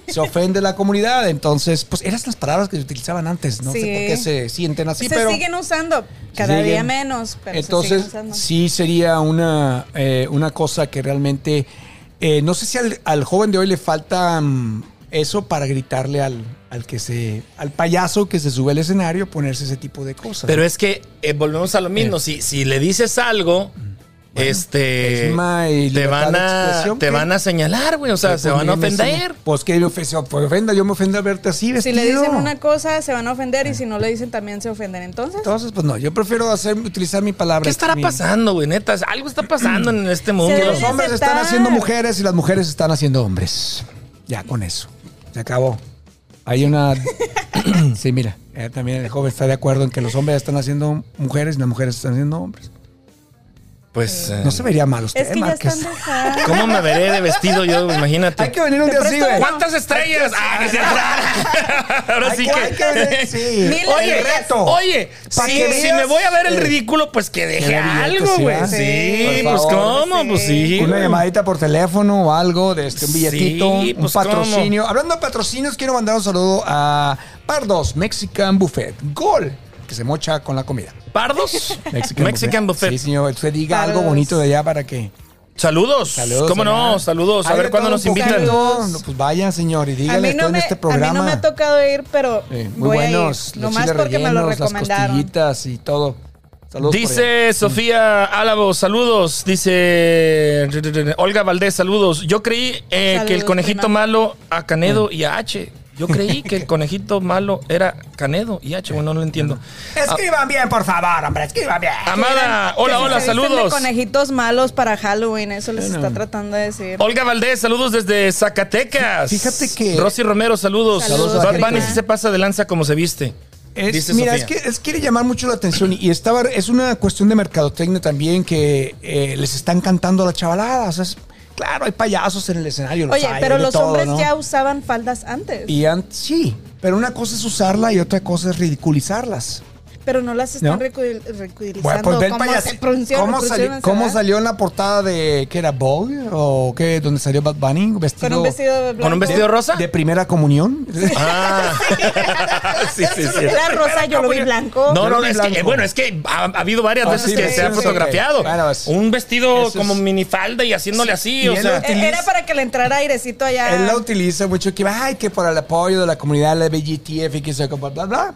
D: se ofende la comunidad, entonces, pues eran las palabras que se utilizaban antes, no sé
E: Sí.
D: por qué se sienten así,
E: se
D: pero...
E: siguen usando, cada
D: siguen.
E: día menos, pero se siguen
D: Entonces,
E: usando.
D: sí sería una, eh, una cosa que realmente. eh, no sé si al, al joven de hoy le falta mm, eso para gritarle al, al que se. al payaso que se sube al escenario ponerse ese tipo de cosas.
C: Pero es que eh, volvemos a lo mismo, si, si le dices algo, este
D: Mm. es my
C: te
D: libertad
C: van
D: de
C: a
D: expresión,
C: te
D: ¿qué?
C: van a señalar, güey, o sea,
D: Pues
C: se van a
D: bien,
C: ofender.
D: sí. Pues que me ofenda, pues, ofenda, yo me ofendo a verte así
E: si
D: vestido.
E: le dicen una cosa, se van a ofender y si no le dicen también se ofenden. Entonces,
D: Entonces, pues no, yo prefiero hacer, utilizar mi palabra.
C: ¿Qué estará
D: mi-
C: pasando, güey? Neta, algo está pasando en este mundo.
E: debe
D: Los hombres están
E: aceptar.
D: haciendo mujeres y las mujeres están haciendo hombres. Ya con eso. Se acabó. Hay una. sí, mira. eh, también el joven está de acuerdo en que los hombres están haciendo mujeres y las mujeres están haciendo hombres.
C: Pues eh,
D: No se vería mal usted,
E: es que ya
D: Márquez.
E: están dejando.
C: ¿Cómo me veré de vestido yo? Imagínate.
D: Hay que venir un día así, güey.
C: ¿Cuántas estrellas? Ah, que se Ahora
D: Hay
C: sí
D: que- hay que
C: que.
D: venir- sí.
E: Mil
C: Oye,
E: estrellas.
D: reto.
C: Oye,
D: Pa'
C: si,
D: que
C: si
D: veas.
C: me voy a ver el
D: Eh,
C: ridículo, pues que deje
D: que la
C: algo,
D: billete, sí,
C: güey.
D: ¿va?
C: Sí,
D: Por
C: pues
D: favor,
C: cómo,
E: sí.
C: pues sí.
D: Una
C: güey.
D: llamadita por teléfono o algo, de este, un
C: Sí,
D: billetito, un
C: pues,
D: patrocinio. Hablando de patrocinios, quiero mandar un saludo a Pardos Mexican Buffet. Gol, que se mocha con la comida.
C: Pardos. Mexican, Buffet.
D: Sí, señor. Usted diga algo
E: Pardos.
D: bonito de allá para que.
C: Saludos.
D: Saludos.
C: ¿Cómo no?
D: allá.
C: Saludos. A
D: Hay
C: ver
D: de
C: cuándo
D: todo
C: nos
D: un
C: invitan.
D: poquito. No, pues vayan, señor, y
E: A
D: díganle
E: mí,
D: estoy
E: no me,
D: en este
E: a mí
D: programa.
E: no me ha tocado ir, pero
D: Sí, muy
E: voy
D: buenos.
E: a ir. Lo
D: los
E: más
D: chiles
E: porque me lo
D: rellenos, Las
E: recomendaron.
D: costillitas y todo. Saludos por allá.
C: Dice Sofía Álavo, saludos. Dice Olga Valdés, saludos. Yo creí eh, que el
E: Saludos,
C: conejito
E: prima.
C: malo a Canedo
D: Mm.
C: y a H. Yo creí que el conejito malo era Canedo y H. Bueno, no lo entiendo.
D: Escriban bien, por favor, hombre, escriban bien.
C: Amada,
E: Que
C: hola,
E: si
C: hola,
E: se visten De
C: saludos.
E: conejitos malos para Halloween, eso les está tratando de decir.
C: Olga Valdés, saludos desde Zacatecas.
D: Fíjate que-
C: Rosy Romero, saludos.
E: Saludos,
C: Bad
D: Zacatecas.
C: Bunny sí se pasa de lanza como se viste.
D: Es-
C: dice
D: mira,
C: Sofía.
D: es que es, quiere llamar mucho la atención y, y estaba, es una cuestión de mercadotecnia también que eh, les están cantando a la chavalada. O sea, es- claro, hay payasos en el escenario. los
E: Oye,
D: pues hay,
E: pero
D: hay de
E: los
D: todo,
E: hombres
D: ¿no?
E: ya usaban faldas antes.
D: Y an- sí, pero una cosa es usarla y otra cosa es ridiculizarlas.
E: pero no las están
D: ¿No?
E: recu- ridiculizando.
D: Bueno, pues ve el
E: ¿Cómo
D: payas-
E: se pronunció?
D: ¿Cómo,
E: ¿Pronunció
D: salió,
E: una
D: cómo
E: ciudad?
D: salió en la portada de qué era Vogue o qué donde salió Bad Bunny vestido,
E: Con un vestido blanco.
C: ¿Con un vestido rosa?
D: de primera comunión?
C: Ah. sí, sí, sí.
E: Era rosa, yo lo vi blanco.
C: No,
D: Yo
C: no,
D: lo vi
C: es que,
D: blanco.
C: eh, bueno, es que ha, ha habido varias
D: Ah,
C: veces
D: sí,
C: que
D: sí,
C: se ha
D: sí,
C: fotografiado.
D: sí. Claro, es-
C: un vestido
D: eso es-
C: como minifalda y haciéndole
D: Y
C: así, o
D: él
C: sea.
D: lo-
E: Eh, Era para que le entrara airecito allá.
D: Él la utiliza mucho que ay que por el apoyo de la comunidad LGTF y que se bla bla bla.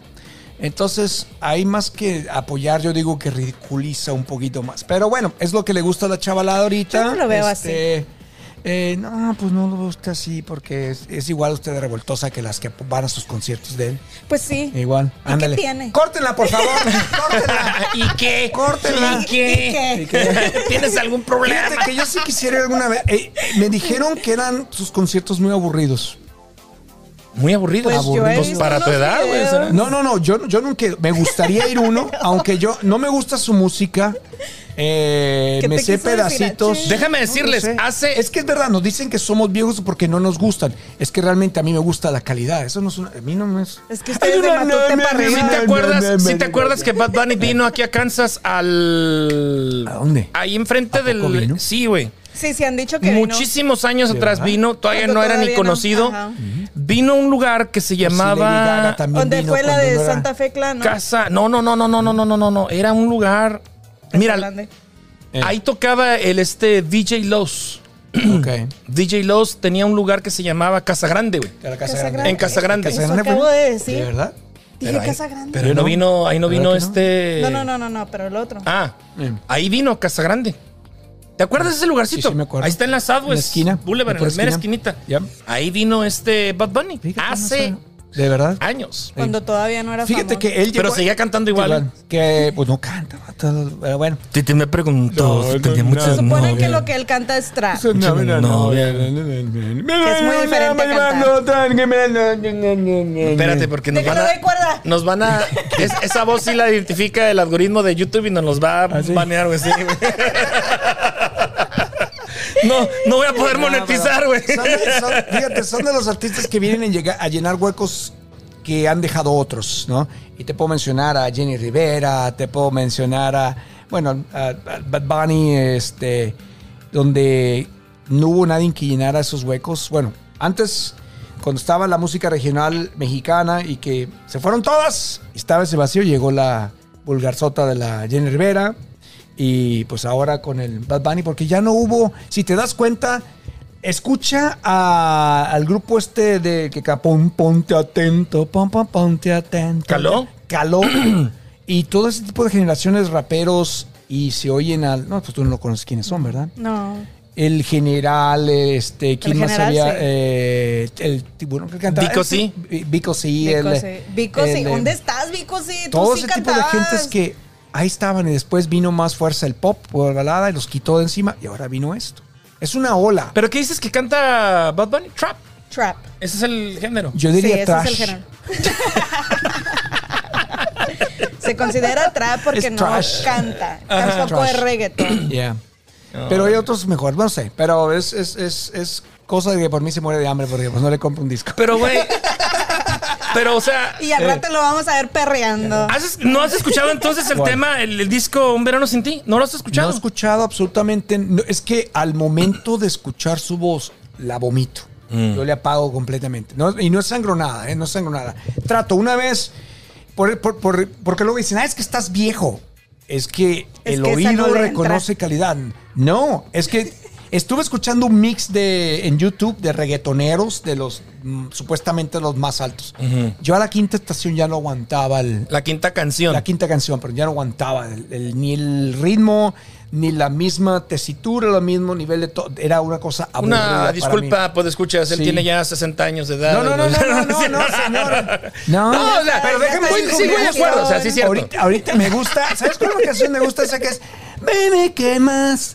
D: Entonces, hay más que apoyar, yo digo que ridiculiza un poquito más. Pero bueno, es lo que le gusta a la chavalada ahorita.
E: Yo no lo veo
D: así. no, pues no lo veo usted así porque es, es igual usted de revoltosa que las que van a sus conciertos de él.
E: Pues sí.
D: Igual,
E: ¿Y
D: ándale.
E: ¿Qué tiene?
D: Córtenla, por favor. Córtenla.
C: ¿Y qué?
D: Córtenla.
C: ¿Y qué?
E: ¿Y
C: ¿Tienes algún problema?
D: Fíjate que yo sí quisiera ir alguna vez. Eh, eh, me dijeron que eran sus conciertos muy aburridos.
C: Muy aburrido.
E: Pues yo he
C: Pues
E: visto
C: para tu
E: unos
C: edad, güey.
E: videos.
C: será.
D: No, no, no, yo, yo nunca, me gustaría ir uno, aunque yo no me gusta su música. eh,
E: ¿Qué te
D: me sé
E: quiso decir,
D: pedacitos.
E: Achis?
C: Déjame
D: No lo
C: decirles,
D: sé.
C: hace-
D: Es que es verdad, nos dicen que somos viejos porque no nos gustan. Es que realmente a mí me gusta la calidad. Eso no es una- A mí no me es.
E: Es que
D: Hay
E: ustedes de
D: una
E: Matute
D: nana,
E: para
C: Si
E: arriba.
D: nana.
C: te acuerdas,
D: no,
C: si
D: no,
C: te
D: no,
C: acuerdas que Bad Bunny vino aquí a Kansas al
D: ¿A dónde?
C: Ahí enfrente
D: ¿A poco
C: del
D: vino?
C: Sí, güey.
E: Sí, sí, han dicho que
C: Muchísimos años atrás
D: verdad?
C: vino, todavía
E: Cuando
C: no era ni
E: todavía no,
C: conocido.
E: ajá.
C: Vino a un lugar que se
D: Pues Sí, Lady
C: llamaba
D: Gaga
E: vino.
D: también
E: Donde
D: vino
E: fue la
D: cuando
E: de
D: no era-
E: Santa Fe Clan, ¿no?
C: Casa. No, no, no, no, no, no, no, no, no, no. Era un lugar. Mira,
E: Grande.
D: Eh,
C: ahí tocaba el este DJ Los.
D: ok.
C: DJ Los tenía un lugar que se llamaba Casa Grande, güey.
D: A la
E: Casa
D: Casa
E: Grande.
D: Grande.
C: En Casa Grande.
E: Eso
D: Grande,
E: acabo
D: pues,
E: de decir.
D: ¿De verdad?
E: Dije
C: Pero ahí-
E: Casa Grande.
C: Pero ahí no
D: No.
C: vino, ahí no
D: ¿Verdad
C: vino
D: que no?
C: este.
E: no, no, no, no, no, pero el otro.
C: Ah,
D: Eh. Ah,
C: ahí vino Casa Grande. ¿Te acuerdas de ese lugarcito?
D: Sí, sí, me acuerdo.
C: Ahí está en la Southwest
D: En la esquina.
C: Boulevard, en
D: Por
C: la mera
D: esquina.
C: esquinita.
D: Ya.
C: Ahí vino este Bad Bunny.
D: Fíjate, no
C: hace
D: sé. De verdad.
C: años.
E: cuando todavía no era
D: Fíjate
E: famoso.
D: que él llegó.
C: Pero seguía cantando igual.
D: Que, pues no canta, vato, pero bueno.
C: Titi me preguntó
D: No, si tenía no, muchas
E: Se supone que lo que él canta es trap.
D: No, mira, no,
C: novia.
D: mira, no, no, no, no.
E: Que es muy diferente
C: Espérate, porque nos
E: De que
C: van
E: no
C: a.
E: doy cuerda.
C: Nos van a. es- esa voz sí la identifica el algoritmo de YouTube y nos los va a
D: Ah, sí?
C: banear, güey. sí, güey. no, no voy a poder monetizar, güey.
D: Son de- son- Fíjate, son de los artistas que vienen en llegar- a llenar huecos que han dejado otros, ¿no? Y te puedo mencionar a Jenny Rivera, te puedo mencionar a, bueno, a, a Bad Bunny, este, donde no hubo nadie que llenara esos huecos. Bueno, antes, cuando estaba la música regional mexicana y que se fueron todas, estaba ese vacío, llegó la vulgarzota de la Jenny Rivera. Y pues ahora con el Bad Bunny, porque ya no hubo, si te das cuenta, Escucha a- al grupo este de que ca- pon, ponte atento, pon, pon, ponte atento.
C: ¿Caló?
D: Caló. y todo ese tipo de generaciones raperos y se oyen al. No, pues tú no lo conoces quiénes son, ¿verdad?
E: No.
D: El general, este, ¿quién más
E: General,
D: había?
E: sí.
D: Eh, el tiburón que cantaba.
C: Vico
D: Este,
C: sí.
D: Vi- Vico sí.
E: Vico,
D: el-
E: sí. Vico, sí.
D: el-
E: ¿Dónde estás, Vico? Sí, tú
D: todo
E: sí
D: ese tipo de
E: cantabas.
D: gentes que ahí estaban y después vino más fuerza el pop por balada y los quitó de encima y ahora vino esto. Es una ola.
C: ¿Pero qué dices que canta Bad Bunny? Trap.
E: Trap.
C: Ese es el género.
D: Yo
E: Sí,
D: diría
E: ese
D: trash.
E: es el género. Se considera trap porque
D: Es
E: no
D: trash.
E: canta.
D: Ajá.
E: Tampoco
D: Trash.
E: es reggaetón.
D: Yeah. Pero hay otros mejor, no sé. Pero es, es, es, es cosa de que por mí se muere de hambre porque pues, no le compro un disco.
C: Pero, güey. Pero, o sea.
E: Y
D: Eh.
E: al rato lo vamos a ver perreando.
C: ¿has- ¿No has escuchado entonces el
D: ¿Cuál?
C: tema, el, el disco Un verano sin ti? ¿No lo has
D: No
C: escuchado?
D: he escuchado absolutamente. no, es que al momento de escuchar su voz, la vomito. Yo le apago completamente. No, y no es sangronada, ¿eh? No es sangronada. Trato una vez. por- por- por- porque luego dicen, ah, es que estás viejo. Es que
E: Es
D: el
E: que esa
D: oído
E: no le
D: reconoce calidad. No, es que estuve escuchando un mix de en YouTube de reggaetoneros, de los mm, supuestamente los más altos. Yo a la quinta estación ya no aguantaba el,
C: La quinta canción.
D: la quinta canción, pero ya no aguantaba el- el- ni el ritmo, ni la misma tesitura, el mismo nivel de todo. Era una cosa aburrida.
C: Una
D: para
C: disculpa, pues escuchas, él
D: Sí.
C: tiene ya 60 años de
D: mí.
C: edad.
D: No, no, no, no, no, no, no, señora. No,
C: No, o sea, pero déjame
E: Estoy-
C: sí,
E: me
C: voy de
E: gusta.
C: acuerdo, o sea, sí es cierto.
D: Ahorita, ahorita me gusta. ¿Sabes cuál canción me gusta? Esa que es. Baby, ¿qué más?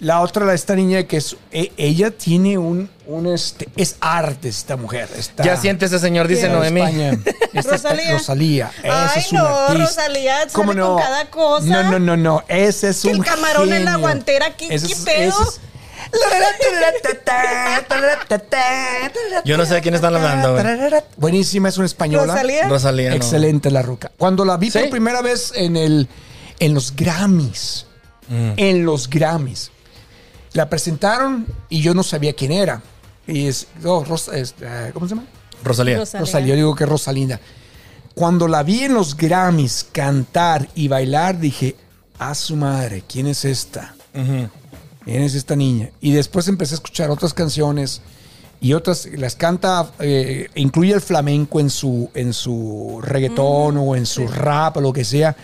D: La otra, la esta niña que es, e- ella tiene un, un este, es arte esta mujer. esta-
C: Ya siéntese, señor, dice
D: esta de
C: Noemí.
D: España. Esta es
E: Rosalía.
D: Rosalía. Esa
E: Ay,
D: es una
E: no,
D: artista.
E: Rosalía sale con cada cosa.
D: No, no, no, no. Ese es
E: Que
D: un
E: el camarón en la
D: genio.
E: guantera, ¿qué-
D: Ese
E: qué
D: es-
E: pedo?
D: ese es-
C: Yo no sé de quién están hablando, güey.
D: Buenísima, es una española.
E: Rosalía.
C: Rosalía. no.
D: Excelente la ruca. Cuando la vi
C: Sí.
D: por primera vez en el en los Grammys.
C: Mm.
D: En los Grammys. La presentaron y yo no sabía quién era. Y es, oh, Ros- es, eh, ¿cómo se llama?
C: Rosalía.
E: Rosalía.
D: Rosalía, yo digo que es Rosalinda. Cuando la vi en los Grammys cantar y bailar, dije, a su madre, ¿quién es esta? ¿Quién es esta niña? Y después empecé a escuchar otras canciones y otras, las canta, eh, incluye el flamenco en su, en su reggaetón o en su rap o lo que sea.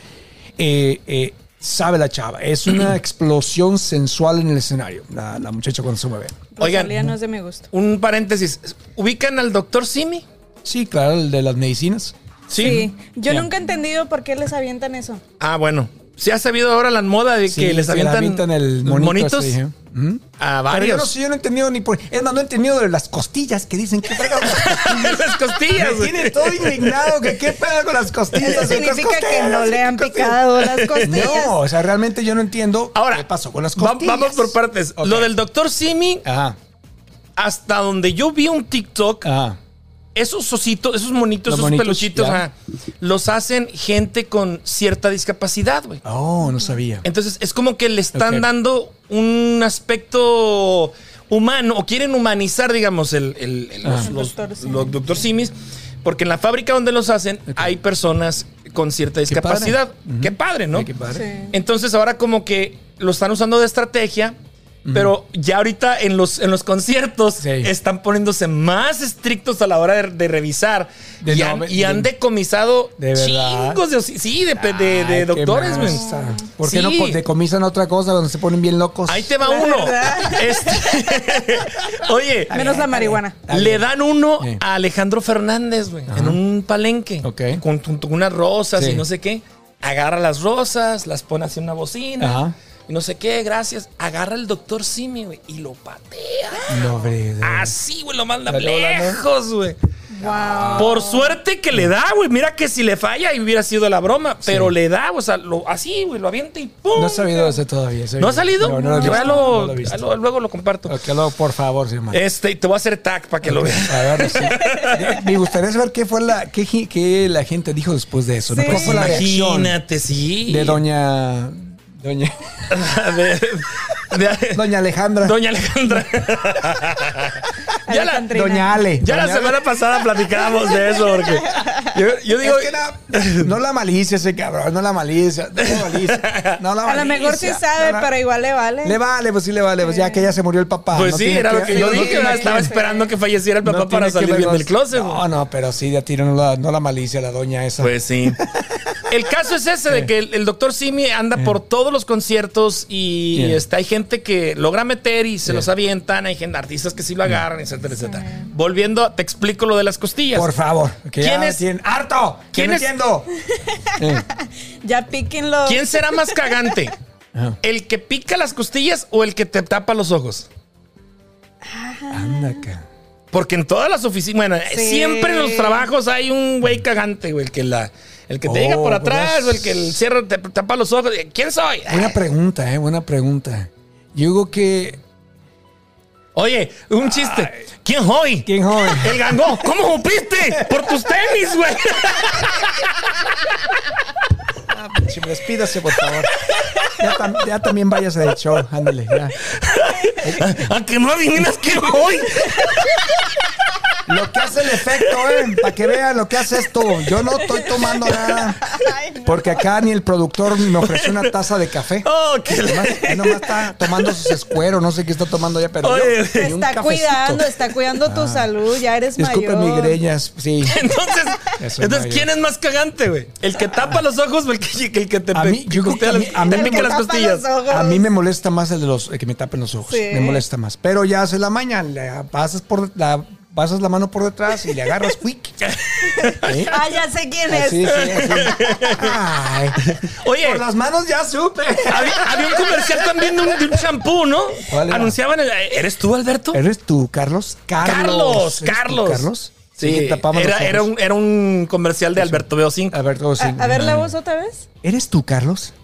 D: Eh, eh, sabe la chava, es una explosión sensual en el escenario, la, la muchacha cuando se mueve.
C: Oigan.
E: Rosalía no es de mi gusto.
C: Un paréntesis. ¿Ubican al doctor Simi?
D: Sí, claro, el de las medicinas.
E: Sí. Yo
C: Ya.
E: nunca he entendido por qué les avientan eso.
C: Ah, bueno. Se ha sabido ahora la moda de que
D: Sí,
C: les
D: que le
C: avientan,
D: avientan el monito
C: monitos
D: ese, ¿eh? ¿Mm?
C: a
D: Pero yo no
C: varios.
D: sé, yo no he entendido ni por. Es más, no he entendido de las costillas que dicen que fregados las costillas.
C: Las costillas,
D: Me
C: güey.
D: tiene todo indignado que qué pedo con las costillas.
E: Eso
D: Las
E: significa que
D: costillas,
E: no le han
D: costillas.
E: picado las costillas.
D: No, o sea, realmente yo no entiendo
C: Ahora,
D: qué pasó con las
C: va-
D: costillas.
C: vamos por partes.
D: Ok. Ah.
C: Lo del doctor Simi,
D: Ajá,
C: hasta donde yo vi un TikTok,
D: ajá.
C: esos ositos, esos monitos,
D: Los
C: esos
D: monitos,
C: peluchitos,
D: ya.
C: ajá, los hacen gente con cierta discapacidad, güey.
D: Oh, no sabía.
C: Entonces es como que le están
D: Ok.
C: dando un aspecto humano o quieren humanizar, digamos, el, el- el- los,
D: Ah.
C: los-
E: Doctor Simi.
C: los Dr. Simis, porque en la fábrica donde los hacen hay personas con cierta discapacidad. Qué padre,
D: Ujú.
C: ¿no?
D: Ay, qué padre.
E: Sí.
C: Entonces ahora como que lo están usando de estrategia. Pero ya ahorita en los, en los conciertos
D: Sí.
C: están poniéndose más estrictos a la hora de, de revisar.
D: De
C: y,
D: no-
C: han,
D: de-
C: y han decomisado
D: ¿De verdad?
C: chingos de... osi- Sí, de, de- de
D: Ay, qué
C: doctores, güey.
D: masa. ¿Por qué no
C: Sí.
D: co- decomisan otra cosa donde se ponen bien locos?
C: Ahí te va uno.
E: Pues, verdad.
C: Este- Oye,
E: Menos la marihuana.
D: Está
C: le
D: bien.
C: dan uno
D: Sí.
C: a Alejandro Fernández, güey, en un palenque.
D: Ok.
C: Con, con- con unas rosas
D: Sí.
C: y no sé qué. Agarra las rosas, las pone así en una bocina.
D: Ajá.
C: Y no sé qué, gracias. Agarra el doctor Simi, güey, y lo patea.
D: No, hombre, de-
C: Así, güey, lo manda
D: Salió volando.
C: lejos, güey.
E: Wow.
C: Por suerte que le da, güey. Mira que si le falla y hubiera sido la broma, pero le da, o sea, lo- así, güey, lo avienta y ¡pum!
D: No he sabido eso todavía.
C: ¿No ha salido?
D: No, no lo he
C: Yo ya
D: visto,
C: lo-
D: no lo he visto.
C: ya lo- luego lo comparto.
D: Ok, luego, por favor, sí, hermano.
C: Este, y te voy a hacer tag para que lo veas.
D: A ver, sí. Me gustaría saber qué fue la qué, gi- qué la gente dijo después de eso. ¿no?
E: Sí.
D: ¿Cuál fue la reacción
C: Imagínate, sí.
D: de doña doña
C: de, de-
D: doña Alejandra?
C: Doña Alejandra. ya la,
E: Alejandrina.
D: Doña Ale.
C: ya la
D: Doña Ale.
C: semana pasada platicábamos de eso, porque yo, yo digo.
D: Es que no, no la malicia ese cabrón, no la malicia, no la malicia. no la
E: A lo
D: malicia,
E: mejor sí
D: no
E: sabe,
D: la-
E: pero igual le vale.
D: Le vale, pues sí le vale, pues ya que ya se murió el papá.
C: Pues
D: Ah, no
C: sí,
D: tiene
C: era lo que yo
D: no
C: dije.
D: tiene
C: ¿verdad? estaba
D: que-
C: esperando que falleciera el
D: no
C: papá
D: tiene
C: para
D: que
C: salir bien del
D: verlos.
C: closet.
D: No, no, pero sí, de a tiro, no la, no la malicia, la doña esa.
C: Pues sí. El caso es ese de que el, doctor Simi anda por todos los conciertos y
D: Yeah.
C: este, hay gente que logra meter y se
D: Yeah.
C: los avientan, hay gente, artistas que sí lo agarran, etcétera, etcétera. Volviendo, te explico lo de las costillas.
D: Por favor. Que ya
C: ¿Quién es-
D: tienen- ¡Harto!
C: ¿Quién
D: ¿Quién
C: es-
D: entiendo? Eh,
E: Ya píquenlo.
C: ¿Quién será más cagante?
D: Ajá.
C: ¿El que pica las costillas o el que te tapa los ojos?
D: Anda acá.
C: Porque en todas las oficinas, bueno,
E: Sí.
C: siempre en los trabajos hay un güey cagante, güey, el que la el que te
D: Oh,
C: llega por
D: pues
C: atrás,
D: es-
C: o el que el cierre te tapa los ojos. eh, ¿Quién soy?
D: Buena pregunta, eh, buena pregunta. Yo digo que.
C: Oye, un chiste. ¿Quién soy?
D: ¿Quién joven?
C: El gangó, ¿cómo supiste? Por tus tenis, güey.
D: Si me despídase, por favor. Ya, tam- ya también váyase del show, ándale, ya.
C: A que no adivinas quién soy.
D: Lo que hace el efecto, eh, para que vean lo que hace esto. Yo no estoy tomando nada. Porque acá ni el productor me ofreció una taza de café.
C: Oh, que la-
D: Nomás, él nomás está tomando sus escueros, no sé qué está tomando ya, pero.
C: Oye,
D: yo-
E: Te
D: ni un
E: está
D: cafecito. Ah.
E: cuidando, está cuidando tu salud. Ya eres
D: Disculpe
E: mayor.
D: migreñas, sí.
C: Entonces,
D: Eso no,
C: entonces
D: yo-
C: ¿quién es más cagante, güey? ¿El que tapa los ojos o el que, el que te
D: A
C: pe-
D: mí, yo creo que
C: costea
D: a mí-
C: las-
D: a mí
C: te
D: me
C: pica las
E: tapa
C: costillas?
E: los ojos.
D: A mí me molesta más el de los el que me tapen los ojos.
E: Sí.
D: Me molesta más. Pero ya hace la maña, la pasas por la pasas la mano por detrás y le agarras quick. ¿Eh?
E: Ah, ya sé quién es.
D: Así, sí, así. Ay,
C: Oye,
D: por las manos ya supe.
C: había, había un comercial también de un, de un shampoo, ¿no?
D: ¿Cuál era?
C: Anunciaban el. ¿Eres tú, Alberto?
D: ¿Eres tú, Carlos?
C: Carlos,
D: Carlos. ¿Eres tú,
C: Carlos.
D: Carlos.
C: Sí,
D: te tapaban los
C: era, era
D: ojos.
C: un, era un comercial de Alberto Veo 5.
D: Alberto, sí.
E: A, a ver la voz otra vez.
D: ¿Eres tú, Carlos?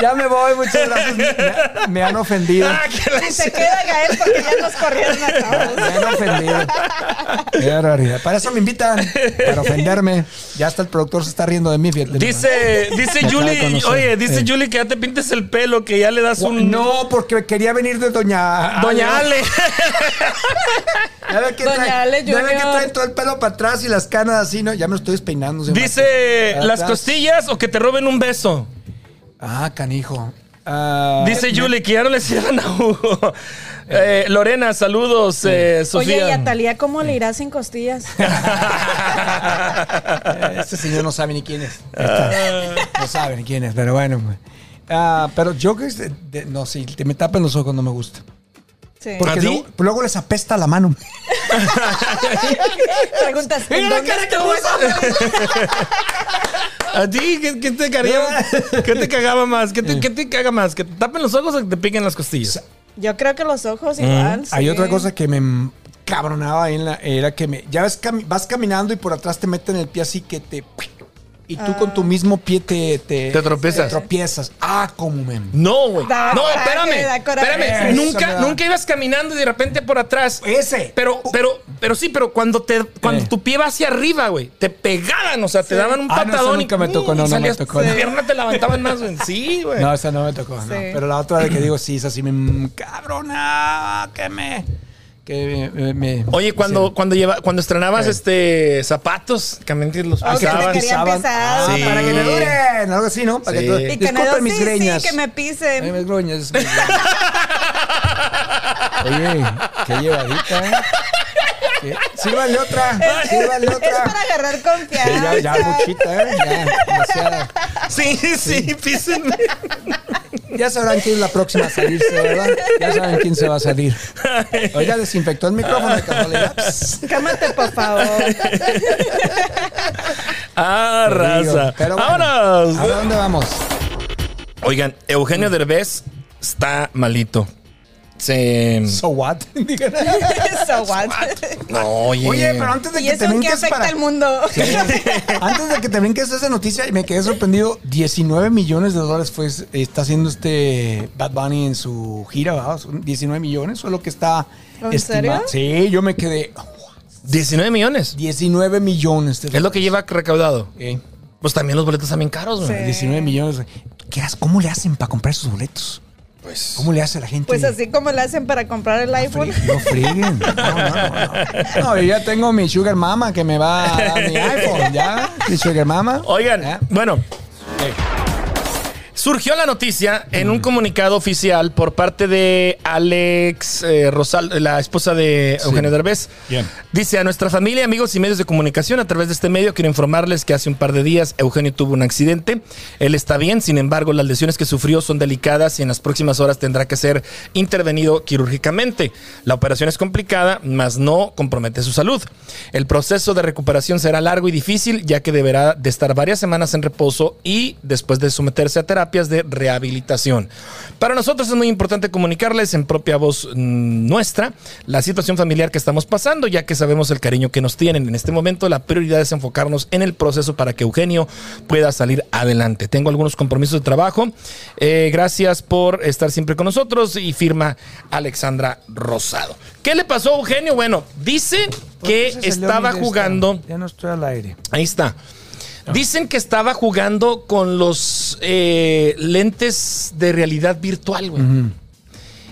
D: Ya me voy, muchas gracias. Me, me han ofendido.
C: Ah, que la-
E: se queda Gael porque ya nos corrieron a
D: Me
E: todos.
D: han ofendido. Qué barbaridad. Para eso me invitan, para ofenderme. Ya hasta el productor se está riendo de mí. fíjate nomás.
C: Dice, dice
D: Me acaba de
C: Julie,
D: conocer.
C: oye, dice
D: Eh.
C: Julie que ya te pintes el pelo, que ya le das un.
D: No, porque quería venir de Doña
C: Doña Ale.
D: Ya ve que
E: Doña
D: trae,
E: Ale
D: ya ve que
E: Junior.
D: trae todo el pelo para atrás y las canas así, ¿no? Ya me lo estoy despeinando. se me
C: Dice
D: hace.
C: las
D: Atrás.
C: costillas o que te roben un beso.
D: Ah, canijo. Ah,
C: Dice Julie que ya no le sirvan a Hugo. Eh, Lorena, saludos, eh,
E: Oye,
C: Sofía.
E: ¿y a Talía cómo le irá sin costillas?
D: Este señor no sabe ni quién es.
C: Ah.
D: Esta- no sabe ni quién es, pero bueno. güey. Ah, pero yo que es de- de- no, sí, te me tapan los ojos, no me gusta.
E: Sí.
D: Porque
C: ¿A ti?
D: luego, luego les apesta la mano.
E: Preguntas. ¿en dónde estuvo esa
C: ¿A ti qué, qué te cagaba? ¿Qué te cagaba más? ¿Qué te, qué te caga más? ¿Que te tapen los ojos Eh. o que te piquen las costillas?
E: Yo creo que los ojos igual.
D: Mm, Hay
E: sí.
D: otra cosa que me cabronaba ahí en la, era que me, ya ves, cami- vas caminando y por atrás te meten el pie así que te... Y tú con
E: Ah.
D: tu mismo pie te... Te,
C: Te tropiezas.
D: tropiezas. Ah, como me...
C: No, güey.
E: Da
C: No,
E: coraje,
C: espérame.
E: da coraje.
C: Espérame.
D: Eso
C: Nunca,
D: me da.
C: nunca ibas caminando y de repente por atrás.
D: Ese.
C: Pero, pero, pero sí, pero cuando te, cuando
D: Eh.
C: tu pie va hacia arriba, güey, te pegaban, o sea, te daban un
D: Ah, no, eso
C: patadón y
D: nunca me tocó,
C: y
D: no, no me
C: salías-
D: tocó,
C: La
D: no.
C: pierna te la levantaban más, güey. Sí, güey.
D: No, esa no me tocó, no. Pero la otra de que digo, sí, esa sí me cabrona, que me. Que me. me-
C: Oye, cuando, cuando lleva, cuando estrenabas este zapatos, que también los
E: Ah, que te
C: pisabas.
E: querían pesado.
D: Ah,
C: Sí.
D: Para que me duren, algo así, ¿no? Para
C: Sí.
D: que tú-
C: Y
E: Y que
D: disculpen
E: no,
D: mis
E: sí,
D: greñas.
E: sí, que me
D: Ay,
E: pisen.
D: mis gruñas. mis gruñas. Oye, qué llevadita, ¿eh? ¿Qué? Sírvale otra, sírvale
E: Es
D: otra.
E: para agarrar
D: Sí, ya,
E: confianza.
D: ya, muchita, ¿eh? Ya, demasiada.
C: Sí, sí, písenme.
D: Ya sabrán quién es la próxima a salirse, ¿verdad? Ya saben quién se va a salir. Oiga, desinfectó el micrófono de casualidad. Psst.
E: Cámate, por favor.
C: Ah,
D: Te digo,
C: raza.
D: pero bueno,
C: ¡Vámonos!
D: ¿A dónde vamos?
C: Oigan, Eugenio Derbez está malito. Se.
D: So what? Digan.
E: So what?
C: No, oye.
D: Oye, pero antes de
E: Y
D: que te
E: eso que
D: brinques
E: afecta
D: para-
E: al mundo.
D: Antes de que te brinques esa noticia, me quedé sorprendido. 19 millones de dólares fue, está haciendo este Bad Bunny en su gira, ¿verdad? Son 19 millones, fue lo que está
E: ¿En
D: estimado. Sí, yo me quedé.
C: 19 millones.
D: 19 millones. de
C: Es lo que lleva recaudado.
E: Eh.
D: dólares. Ok.
C: Pues también los boletos también caros, güey.
E: Sí.
D: 19 millones. ¿Qué hace- ¿Cómo le hacen para comprar sus boletos? Pues, ¿Cómo le hace la gente?
E: Pues así como le hacen para comprar el iPhone.
D: Fri- No freguen. No, no, no. No, yo ya tengo mi Sugar Mama que me va a dar mi iPhone, ¿ya? Mi Sugar Mama.
C: Oigan,
D: ¿Ya?
C: bueno. Surgió la noticia en un comunicado oficial por parte de Alex eh, Rosal, la esposa de Eugenio Derbez.
A: Bien.
C: Dice a nuestra familia, amigos y medios de comunicación, a través de este medio quiero informarles que hace un par de días Eugenio tuvo un accidente. Él está bien, sin embargo, las lesiones que sufrió son delicadas y en las próximas horas tendrá que ser intervenido quirúrgicamente. La operación es complicada, mas no compromete su salud. El proceso de recuperación será largo y difícil, ya que deberá de estar varias semanas en reposo y después de someterse a terapias de rehabilitación. Para nosotros es muy importante comunicarles en propia voz mm, nuestra la situación familiar que estamos pasando, ya que sabemos el cariño que nos tienen. En este momento la prioridad es enfocarnos en el proceso para que Eugenio pueda salir adelante. Tengo algunos compromisos de trabajo. Eh, gracias por estar siempre con nosotros y firma Alexandra Rosado. ¿Qué le pasó a Eugenio? Bueno, dice
D: ¿Por
C: que
D: qué se salió
C: estaba
D: mi de esta?
C: jugando...
D: Ya no estoy al aire.
C: Ahí está. Dicen que estaba jugando con los eh, lentes de realidad virtual, güey.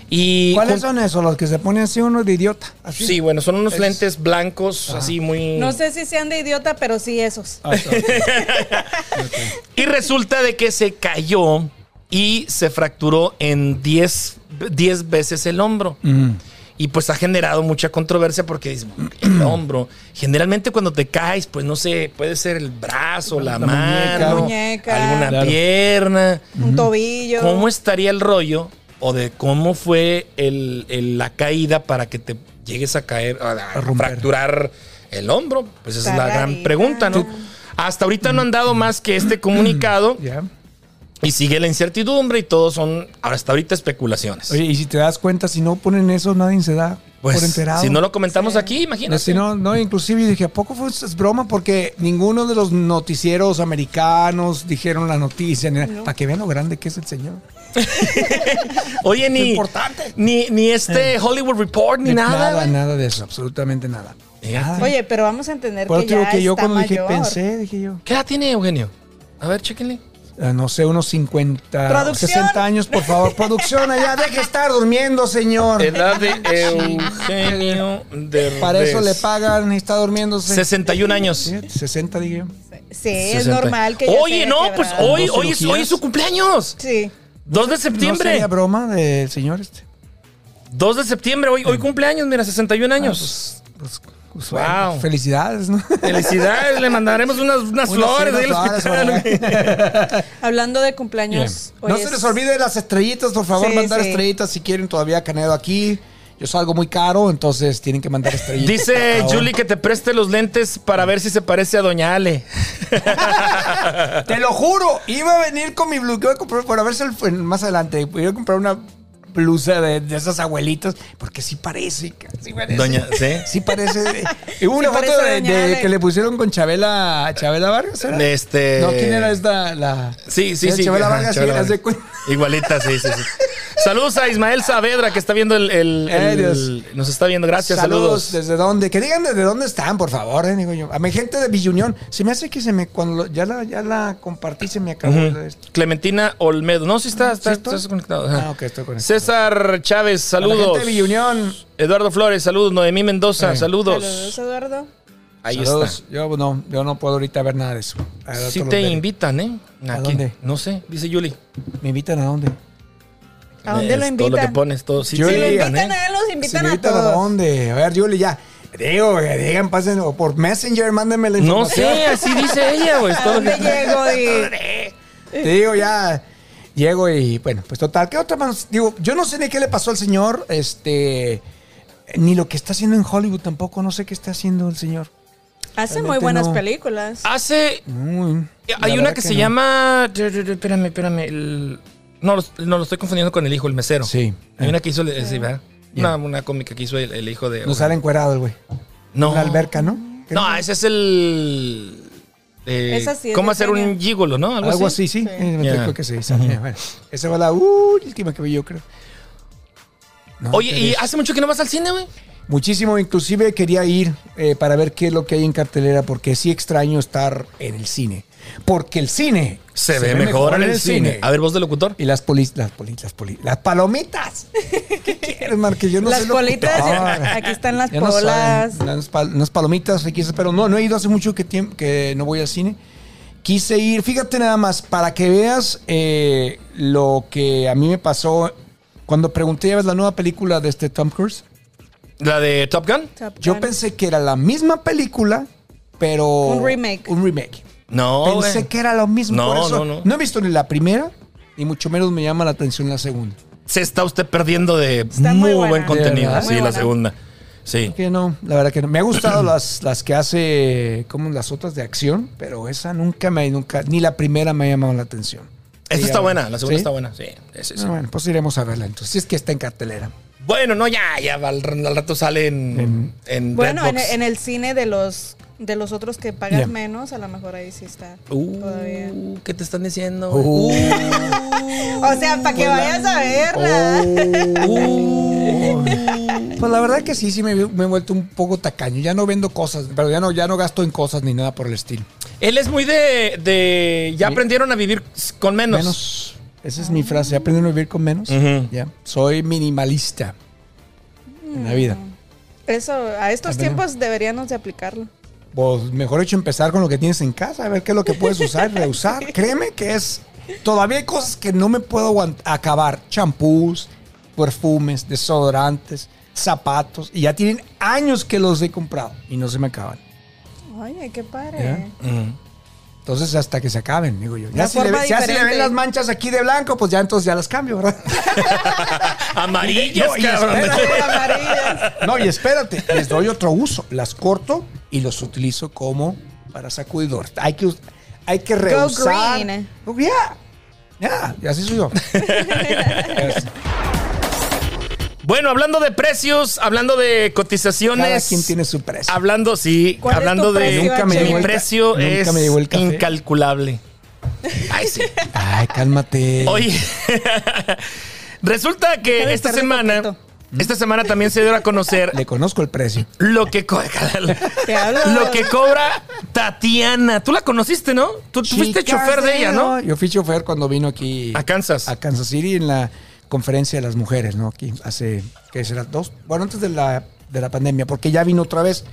C: Y
D: ¿Cuáles
C: jun-
D: son esos? Los que se ponen así uno de idiota. Así.
C: Sí, bueno, son unos
D: Es-
C: lentes blancos, así muy...
E: No sé si sean de idiota, pero sí esos.
D: Ah, está, ok.
C: Y resulta de que se cayó y se fracturó en 10 10 veces el hombro.
D: Mm.
C: Y pues ha generado mucha controversia porque dices, el hombro. Generalmente cuando te caes, pues no sé, puede ser el brazo, la,
D: La
C: mano,
E: muñeca. Muñeca.
C: alguna
D: Claro.
C: pierna.
E: Un tobillo.
C: ¿Cómo estaría el rollo o de cómo fue el- el- la caída para que te llegues a caer, a, a
D: romper.
C: fracturar el hombro? Pues esa es la gran
E: Tararita.
C: pregunta, ¿no?
E: Tú-
C: Hasta ahorita no han dado más que este comunicado
D: Mm, Ya.
C: y sigue la incertidumbre y todos son hasta ahorita especulaciones.
D: Oye, y si te das cuenta, si no ponen eso, nadie se da
C: Pues,
D: por enterado.
C: si no lo comentamos aquí,
D: No,
C: imagínate.
D: si no, no, inclusive yo dije, ¿a poco fue es broma? Porque ninguno de los noticieros americanos dijeron la noticia. ni nada. Para que vean lo grande que es el señor.
C: Oye, ni,
D: importante.
C: ni ni este Hollywood Report ni, nada.
D: nada,
C: güey.
D: de eso, absolutamente nada.
C: Fíjate.
D: Nada.
E: Oye, pero vamos a entender
D: Por eso te
E: que
D: digo
E: ya
D: que yo
E: está
D: cuando dije,
E: mayor.
D: pensé, dije yo,
C: ¿Qué edad tiene Eugenio? A ver, chéquenle.
D: ah, no sé, unos 50,
E: Producción.
D: 60 años, por favor. Producción, allá, deje estar durmiendo, señor.
C: Edad de Eugenio de
D: Para eso le pagan y está durmiendo. se-
C: 61 años.
D: Sí, 60, dije yo.
E: Sí, es normal que ya se
C: Oye,
E: haya
C: no, pues
E: quebrado.
C: hoy,
D: Dos
C: hoy, es,
D: cirugías.
C: hoy es su cumpleaños.
E: Sí.
C: 2 de
D: ¿No
C: septiembre.
D: sería broma del señor este?
C: 2 de septiembre, hoy, hoy cumpleaños, mira, 61 años.
D: Pues, pues,
C: Wow.
D: bueno, Felicidades, ¿no?
C: Felicidades, le mandaremos unas, unas
D: Ah, pues. Unas
C: flores ahí al
D: flores,
C: hospital,
D: ¿verdad?
C: güey.
E: Hablando de cumpleaños. hoy
D: No se
E: es-
D: les olvide las estrellitas, por favor,
E: Sí,
D: mandar
E: sí.
D: estrellitas si quieren todavía Canedo aquí. Yo salgo muy caro, entonces tienen que mandar estrellitas. por
C: Dice
D: favor.
C: Julie que te preste los lentes para ver si se parece a Doña Ale.
D: Te lo juro, iba a venir con mi blusa, que iba a comprar, por a ver si el- en- más adelante, iba a comprar una blusa de, de esas abuelitas, porque sí parece, ca- sí parece.
C: Doña, ¿sí?
D: Sí parece. de- y Hubo
E: Sí
D: una foto
E: parece
D: de,
E: doña
D: de
E: Ale.
D: que le pusieron con Chabela, Chabela Vargas, ¿era?
C: Este.
D: No, ¿quién era esta? La,
C: Sí, sí,
D: era
C: sí.
D: Chabela
C: ajá,
D: Vargas,
C: Chabela
D: sí, haz de
C: Vargas.
D: cuenta.
C: Igualita, sí, sí, sí. Saludos a Ismael Saavedra que está viendo el. el-
D: Eh,
C: el-
D: Dios.
C: nos está viendo, gracias,
D: saludos.
C: saludos.
D: ¿Desde dónde? Que digan desde dónde están, por favor, eh, digo yo. A mi gente de Villunión. Se me hace que se me. Cuando lo- ya, la, ya la compartí, se me acabó.
C: Ujú.
D: la- esto.
C: Clementina Olmedo. No, sí está, está,
D: Ah, ¿Sí estoy?
C: estás conectado. ajá.
D: Ah, ok, estoy conectado.
C: César Chávez,
D: A La gente
C: saludos.
D: de Villunión.
C: Eduardo Flores, saludos. Noemí Mendoza,
D: Eh.
C: saludos.
E: Saludos, Eduardo.
C: Ahí
D: Saludos. Yo no, yo no puedo ahorita ver nada de eso. A ver,
C: está. Sí
D: otro
C: te
D: los veré.
C: invitan, ¿eh?
D: ¿A dónde?
C: No sé, dice Yuli.
D: ¿Me invitan a dónde?
E: ¿A dónde lo
C: Es Todo lo que
E: invitan?
C: pones, todo. Sí,
D: Yo
C: te
E: Si lo
D: Yuli,
C: invitan,
E: invitan
C: ¿eh?
E: a él, los
D: Si
E: invitan
D: me
E: a
D: invitan a
E: todos.
D: dónde. A ver, Yuli, ya. Digo, que digan, pasen o por Messenger, mándenme la
C: No
D: información.
C: sé, así dice ella, güey. es
E: ¿A
C: todo lo
E: dónde
C: que-
E: llego? Y...
D: Te digo, ya. Llego y bueno, pues total. ¿Qué otra más? Digo, yo no sé ni qué le pasó al señor, este. Ni lo que está haciendo en Hollywood tampoco. No sé qué está haciendo el señor.
E: Hace muy
D: Realmente
E: buenas
D: no. Ah,
E: películas.
C: Hace eh,
D: Uy, la
C: Hay una
D: verdad
C: que, se
D: no.
C: llama. Espérame, espérame. el- No, los- no, lo estoy confundiendo con el hijo, el mesero.
D: Sí.
C: Hay una que hizo. el-
E: Ah.
C: eh, sí, ¿verdad? Una, una cómica que hizo el, el hijo de.
D: No sale encuerado el güey.
C: No.
D: La alberca, ¿no?
C: No, ese es el. eh,
E: Esa sí es
C: ¿Cómo
E: de
C: hacer un
E: genio.
C: gigolo, no? Algo,
D: Algo así, sí.
E: Sí.
D: Eh, me
C: Ya.
D: acuerdo que sí, sale. Bueno, esa fue la última que vi, yo creo. No,
C: Oye,
D: pero
C: ¿y
D: es-
C: hace mucho que no vas al cine, güey?
D: Muchísimo, inclusive quería ir eh, para ver qué es lo que hay en cartelera, porque sí extraño estar en el cine. Porque el cine
C: A ver, voz de locutor.
D: Y las polis, las polis, las polis, las palomitas. ¿Qué quieres, Mar? Que yo no
E: Las
D: soy
E: politas,
D: locutor.
E: aquí están las
D: Ya no
E: polas.
D: saben, unas, pal- unas palomitas riquísimas, pero no, no he ido hace mucho que, tiemp- que no voy al cine. Quise ir, fíjate nada más, para que veas eh, lo que a mí me pasó cuando pregunté, ¿ya ves la nueva película de este Tom Cruise?
C: La de Top Gun.
E: Top
D: Yo
E: Gun.
D: pensé que era la misma película, pero...
E: Un remake.
D: Un remake.
C: No,
D: Pensé
C: güey.
D: que era lo mismo.
C: No,
D: por eso
C: no, no.
D: he visto ni la primera, ni mucho menos me llama la atención la segunda.
C: Se está usted perdiendo de
E: Está
C: muy,
E: muy buena.
C: buen contenido.
D: De verdad.
C: sí,
E: Muy
C: la
E: buena.
C: segunda. Sí.
D: Que no, la verdad que no. Me ha gustado las, las que hace, como las otras de acción, pero esa nunca me, nunca, ni la primera me ha llamado la atención.
C: Esta
D: Sí,
C: está
D: ya,
C: buena, la segunda
D: ¿sí?
C: está buena. Sí, sí, sí.
D: Ah, bueno, pues iremos a verla entonces. Si es que está en cartelera.
C: Bueno, no, ya, ya, al, al rato sale en, en
E: Bueno, en,
C: Redbox.
E: en el cine de los de los otros que pagas
D: Ya.
E: menos, a lo mejor ahí sí está. todavía.
C: Uh, ¿Qué te están diciendo?
D: Uh.
E: O sea, para que vayas a verla.
C: Uh.
D: Pues la verdad que sí, sí me, me he vuelto un poco tacaño. Ya no vendo cosas, pero ya no, ya no gasto en cosas ni nada por el estilo.
C: Él es muy de, de- ya
D: Mi-
C: aprendieron a vivir s- con menos.
D: Menos. Esa es mi frase. Aprendieron a vivir con menos.
C: Ujú.
D: Ya. Soy minimalista en la vida.
C: Oh.
E: Eso, a estos
D: Ah,
E: tiempos deberíamos de aplicarlo.
D: Pues mejor hecho empezar con lo que tienes en casa, a ver qué es lo que puedes usar, reusar. Créeme que es. Todavía hay cosas que no me puedo aguant- acabar. Champús, perfumes, desodorantes, zapatos. Y ya tienen años que los he comprado y no se me acaban.
E: Oye, qué padre.
D: Ya. Entonces, hasta que se acaben, digo yo.
E: Una
D: Ya, si le,
E: forma
D: ve- ya si le
E: diferente.
D: ven las manchas aquí de blanco, pues ya entonces ya las cambio, ¿verdad?
C: Amarillas,
D: No, y
C: cabrón.
D: espérate.
E: Amarillas.
D: No, y espérate, les doy otro uso. Las corto y los utilizo como para sacudidor. Hay que, us- hay que reusar.
E: green.
D: Oh, yeah. Yeah, y así soy yo. Es-
C: Bueno, hablando de precios, hablando de cotizaciones.
D: Cada quien tiene su precio.
C: Hablando, sí,
E: ¿Cuál es
C: hablando
E: tu
C: de.
E: precio, Nunca me H? llegó
C: mi
E: el ca-
C: precio
D: nunca
C: es
D: me llegó el café.
C: incalculable. Ay, sí.
D: Ay, cálmate.
C: Oye, resulta
E: Deja
C: que
E: de
C: esta
E: estar de
C: semana, esta semana también se dio a conocer
D: Le conozco el precio.
C: lo que co-
E: Te hablo.
C: lo que cobra Tatiana. Tú la conociste, ¿no? Tú, tú fuiste
D: Chicas
C: chofer de ella, ¿no?
D: Yo fui chofer cuando vino aquí
C: A Kansas.
D: a Kansas City en la conferencia de las mujeres, ¿no? Aquí hace, ¿qué será? Dos, bueno, antes de la, de la pandemia, porque ya vino otra vez.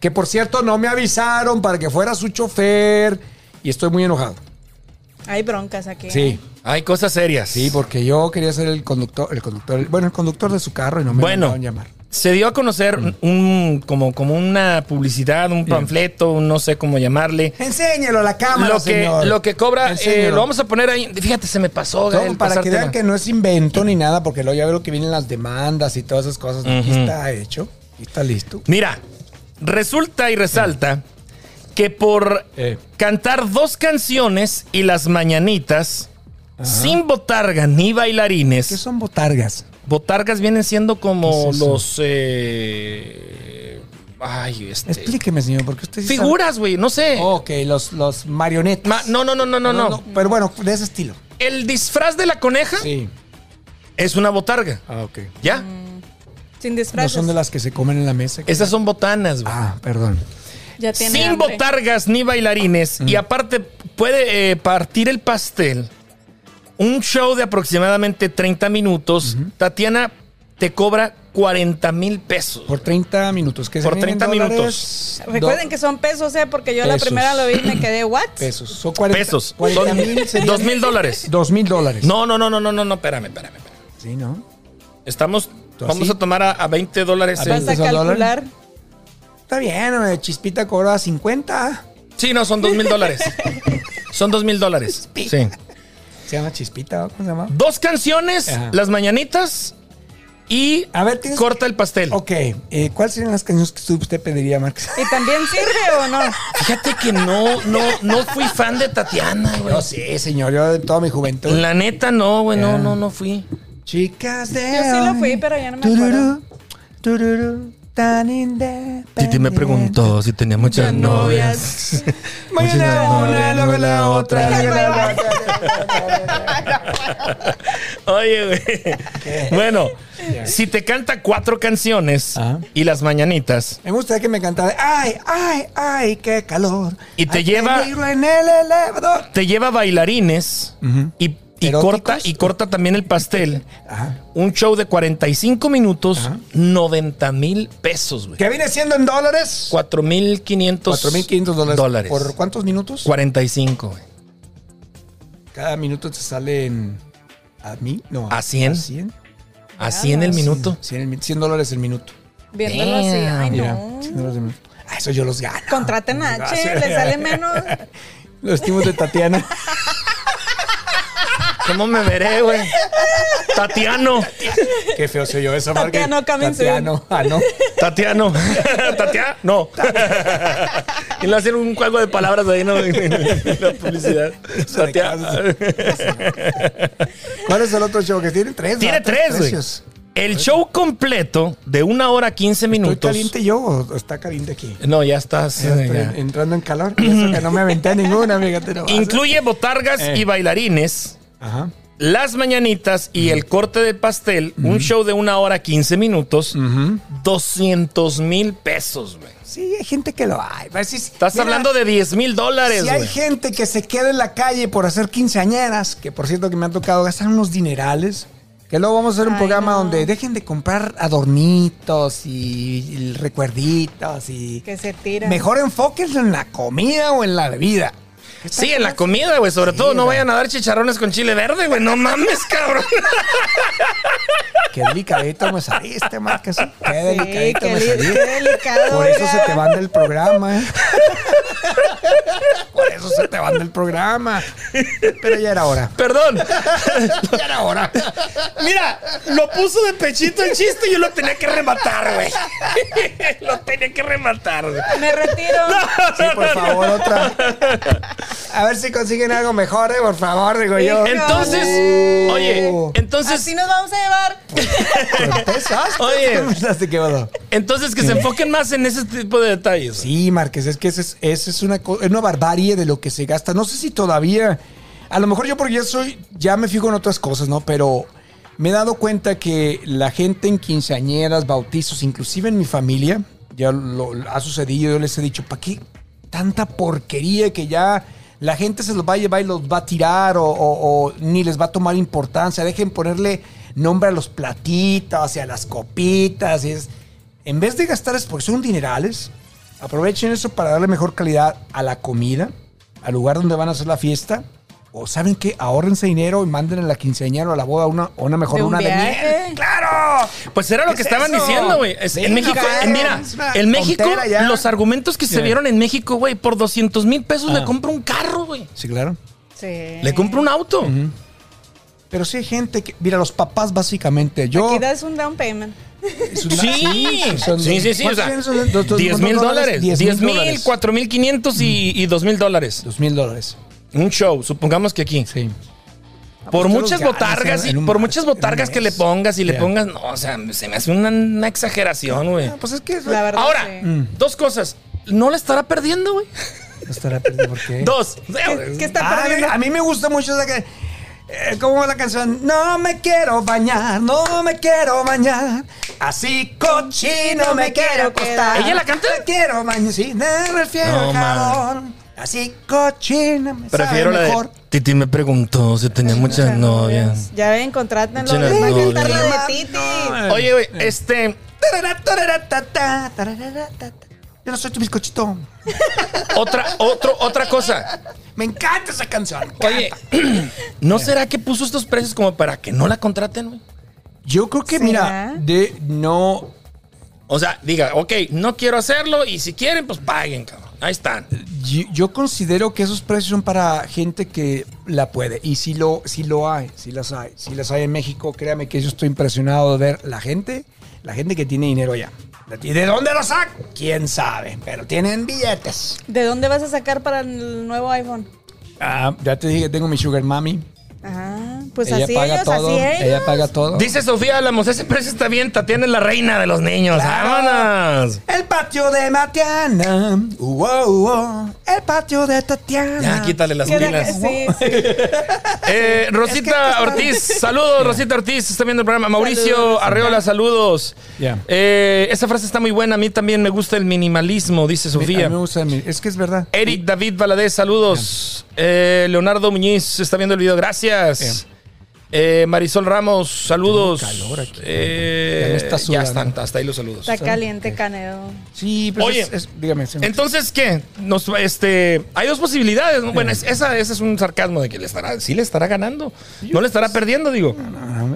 D: Que por cierto, no me avisaron para que fuera su chofer y estoy muy enojado.
E: Hay broncas aquí. ¿eh?
D: Sí,
C: Hay cosas serias.
D: sí, porque yo quería ser el conductor, el conductor, el- bueno, el conductor de su carro y no me
C: Bueno,
D: mandaron llamar. Mm.
C: se dio a conocer un como, como una publicidad, un panfleto, un no sé cómo llamarle.
D: Enséñelo a la cámara,
C: Lo que,
D: señor.
C: lo que cobra, eh,
D: Enséñelo.
C: lo vamos a poner ahí. Fíjate, se me pasó,
D: Todo
C: Gael,
D: para que
C: pasártela.
D: vean que no es invento ni nada, porque luego ya veo que vienen las demandas y todas esas cosas. Aquí
C: Ujú.
D: está hecho, aquí está listo.
C: Mira, resulta y resalta que por
D: Eh.
C: cantar dos canciones y las mañanitas, sin botarga ni bailarines,
D: ¿Qué son botargas?
C: botargas vienen siendo como
D: ¿Qué es eso?
C: los... eh, ay, este...
D: Explíqueme, señor, porque usted sí
C: Figuras, güey, no sé.
D: sabe. Ok, los, los marionetas.
C: Ma- no, no, no, no, no, no,
D: Pero bueno, de ese estilo.
C: El disfraz de la coneja
D: Sí.
C: es una botarga.
D: Ah, ok.
C: ¿Ya?
E: Sin
D: No
E: disfraces.
D: son de las que se comen en la mesa.
C: Esas son botanas, güey.
D: Ah, perdón.
E: Ya tiene
C: Sin
E: hambre.
C: botargas ni bailarines.
D: Mm.
C: Y aparte, puede eh, partir el pastel. Un show de aproximadamente 30 minutos. Tatiana te cobra 40 mil pesos.
D: Por 30 minutos. ¿Qué
C: Por
D: serían en
C: 30
D: dólares?
C: minutos.
E: Recuerden
D: Do-
E: que son pesos, ¿eh? Porque yo la
D: Pesos.
E: primera lo vi y me quedé, ¿what?
D: Pesos. Son 40,
C: pesos.
D: 40 mil
C: Son
D: serían...
C: 2 mil dólares.
D: 2 mil dólares.
C: No, no, no, no, no, no, no, espérame, espérame. espérame.
D: Sí, ¿no?
C: Estamos,
D: ¿Tú
C: vamos
D: así?
C: a tomar a, a 20 dólares.
D: A
C: el-
E: Vas a
D: ¿Pesos al dólar?
E: calcular.
D: Está bien, eh, Chispita cobra 50.
C: Sí, no, son 2 mil dólares. Son 2 mil dólares. Sí.
D: Se llama Chispita, ¿no? ¿cómo se llama?
C: Dos canciones,
D: Ajá.
C: las mañanitas y
D: A ver, tienes...
C: corta el pastel.
D: Ok, eh, ¿cuáles serían las canciones que usted pediría, Marx?
E: ¿Y también sirve o no?
C: Fíjate que no, no, no fui fan de Tatiana, güey.
D: No sé, señor, yo de toda mi juventud.
C: La neta, no, güey, no,
D: Ya.
C: no, no fui.
D: Chicas de
E: Yo sí lo
D: hoy.
E: fui, pero ya no me
D: Tururú, tururú, tan independiente.
C: si tenía muchas
E: novias.
D: Mañana
C: Muchas
D: una,
C: novias,
D: luego la
C: luego
D: otra.
C: la
D: luego la
E: otra.
C: Oye, güey. Bueno, si te canta cuatro canciones
D: Ajá.
C: y las mañanitas,
D: Me gustaría que me cantara Ay, ay, ay, qué calor.
C: Y te
D: Hay
C: lleva-
D: peligro en el elevador.
C: te lleva bailarines
D: Ujú.
C: y, y
D: ¿Eróticos?
C: corta, y corta también el pastel.
D: Ajá.
C: Un show de 45 minutos,
D: Ajá.
C: 90 mil pesos, güey.
D: ¿Qué viene siendo en dólares?
C: 4500
D: 4.500 dólares.
C: dólares.
D: ¿Por cuántos minutos?
C: 45, güey.
D: Cada minuto te salen a mí, no.
C: ¿A 100?
D: A 100.
C: Así en el minuto.
D: 100, el min- 100 dólares el minuto.
E: Viéndolo así. Ay,
D: Mira,
E: no.
D: 100 dólares el minuto. Ah, eso yo los gano.
E: Contraten a H, le sale menos.
D: Los timos de Tatiana.
C: ¿Cómo me veré, güey? Tatiano.
D: Qué feo se oyó eso, Marque.
E: Tatiano, coming soon.
D: Tatiano, ah, no.
C: Tatiano. Tatia, no. Y le hacen un juego de palabras ahí, ¿no? En la publicidad. Tatia.
D: ¿Cuál es el otro show que tiene? Tres.
C: Tiene
D: ¿verdad?
C: tres, güey.
D: precios.
C: El show completo de una hora 15
D: ¿Estoy
C: minutos.
D: caliente yo o está caliente aquí?
C: No, ya estás. eh,
D: Ya estoy
C: ya.
D: entrando en calor. Y eso que no me aventé ninguna, fíjate. no vas a-
C: Incluye botargas
D: Eh.
C: y bailarines.
D: Ajá.
C: Las mañanitas y el corte del pastel, un show de una hora 15 minutos, 200 mil pesos, güey.
D: Sí, hay gente que lo hay. Pues, sí, sí.
C: Estás
D: Mira,
C: hablando de 10 mil dólares,
D: Si hay
C: güey.
D: gente que se queda en la calle por hacer quinceañeras, que por cierto que me han tocado gastar unos dinerales, que luego vamos a hacer un
E: Ay,
D: programa
E: no.
D: donde dejen de comprar adornitos y, y recuerditos y...
E: Que se tira.
D: Mejor enfóquense en la comida o en la bebida.
C: Sí, en la comida, güey. Sobre
D: Sí,
C: todo, no
D: güey.
C: vayan a dar chicharrones con chile verde, güey. No mames, cabrón.
D: qué delicadito me saliste, Mar, que sí, Qué delicadito
E: qué
D: me
E: li-
D: saliste.
E: qué delicado,
D: Por eso se
E: oiga.
D: te van del programa, ¿eh? Por eso se te van del programa. Pero ya era hora.
C: Perdón.
D: Ya era hora.
C: Mira, lo puso de pechito el chiste y yo lo tenía que rematar, güey. Lo tenía que rematar, güey.
E: Me retiro.
D: Sí, por favor, otra. A ver si consiguen algo mejor, ¿eh? Por favor, digo yo.
E: Híjole.
C: Entonces,
D: Uh.
C: oye, entonces,
E: Así nos vamos a llevar.
D: Empezaste.
C: Oye.
D: Empezaste, ¿qué pasó?
C: entonces que se enfoquen más en ese tipo de detalles.
D: Pues Sí, Márquez, es que esa es, esa es una, co- es una barbarie de lo que se gasta. No sé si todavía. A lo mejor yo porque ya soy. Ya me fijo en otras cosas, ¿no? Pero me he dado cuenta que la gente en quinceañeras, bautizos, inclusive en mi familia, ya lo, lo- ha sucedido. Yo les he dicho, ¿para qué tanta porquería que ya la gente se los va a llevar y los va a tirar o, o- o ni les va a tomar importancia? Dejen ponerle nombre a los platitos y a las copitas. Y es, en vez de gastar, es porque son dinerales. Aprovechen eso para darle mejor calidad a la comida, al lugar donde van a hacer la fiesta. O saben que ahorrense dinero y manden a la quinceañera o a la boda una, una mejor
E: De un
D: una
E: viaje.
D: de miel. ¡Claro!
C: Pues era lo que
D: ¿Qué es
C: estaban
D: eso?
C: diciendo, güey. Es-
D: Sí,
C: en México,
D: claro,
C: en- mira,
D: es una
C: en México,
D: tontera ya.
C: los argumentos que se
D: Yeah.
C: vieron en México, güey, por 200 mil pesos
D: Ah.
C: le compro un carro, güey.
D: Sí, claro.
E: Sí.
C: Le compro un auto.
D: Pero sí hay gente que... Mira, los papás básicamente. Yo...
E: Aquí das un down payment.
D: Sí,
C: Sí, sí, sí, sí. O
D: ¿cuántos
C: sea,
D: tienes? Son dos- dos-
C: 10 mil
D: dos
C: dólares. 10 mil, 4 mil 500 y, y 2 mil dólares.
D: Dos mil dólares.
C: Un show, supongamos que aquí.
D: Sí.
C: Por
D: Pues te
C: muchas
D: los ganas
C: botargas,
D: en-
C: y,
D: en un
C: por
D: mar-
C: muchas
D: en un
C: botargas que le
D: mes.
C: pongas y le
D: Yeah.
C: pongas, no, o sea, se me hace una, una exageración, güey.
D: Ah, pues es que...
E: La verdad.
C: Ahora,
E: sí.
C: dos cosas. No la estará perdiendo, güey.
D: No estará perdido, ¿por qué?
C: Dos.
E: ¿Qué está
D: Ah,
E: perdiendo?
D: mira, a mí me gusta mucho esa que. eh, ¿Cómo va la canción? No me quiero bañar, no me quiero bañar. Así cochino me quiero acostar.
C: ¿Ella la canta?
D: Me quiero bañar, sí, me refiero
C: No,
D: al jabón. Así cochino me
C: Prefiero
D: sabe
C: la de.
D: mejor.
C: Titi me preguntó si tenía muchas novias.
E: Ya ven, contrátenlo.
C: Muchas
E: Voy a
C: novias.
E: cantar la de Titi.
D: No,
C: Oye, güey, este.
D: tarara, tarara, ta, ta, tarara, ta, ta. Yo no soy tu bizcochito.
C: Otra, otro, otra cosa.
D: Me encanta esa canción.
C: Oye, ¿no será que puso estos precios como para que no la contraten, güey?
D: Yo creo que,
E: mira, ¿Será?
D: de no.
C: O sea, diga, ok, no quiero hacerlo y si quieren, pues paguen, cabrón. Ahí están.
D: Yo, yo considero que esos precios son para gente que la puede. Y si lo, si lo hay, si las hay. Si las hay en México, créame que yo estoy impresionado de ver la gente, la gente que tiene dinero allá. ¿Y de dónde lo saca? ¿Quién sabe? Pero tienen billetes.
E: ¿De dónde vas a sacar para el nuevo iPhone?
D: Ah, ya te dije, tengo mi sugar mami.
E: Ah, pues
D: ella
E: así
D: paga
E: ellos,
D: todo.
E: así ellos.
D: Ella paga todo.
C: Dice Sofía Álamos, ese precio está bien, Tatiana es la reina de los niños. ¡Vámonos!
D: El patio de Matiana. Uh, uh, uh. el patio de Tatiana.
C: Ya, quítale las
E: Que la-
C: pilas.
E: sí, sí.
C: Eh, Rosita Ortiz, saludos, Rosita Ortiz, está viendo el programa. Mauricio
E: Saludos,
C: Arreola, saludos.
D: Ya.
C: Eh, esa frase está muy buena, a mí también me gusta el minimalismo, dice
D: A
C: Sofía. Eh,
D: mí me gusta mi- Es que es verdad.
C: Eric David Valadez, saludos. Eh, Leonardo Muñiz está viendo el video, gracias. Eh, Marisol Ramos, saludos.
D: Tengo calor aquí.
C: Eh,
D: Ya me está
C: ya
D: sudando.
C: están, hasta ahí los saludos.
E: Está caliente, Caneo.
D: Sí, pero
C: Oye,
D: es, es- dígame. sí.
C: Entonces, ¿qué? Nos, este, hay dos posibilidades. ¿no? Bueno, es- esa, ese es un sarcasmo de que le estará, sí le estará ganando. No le estará perdiendo, digo.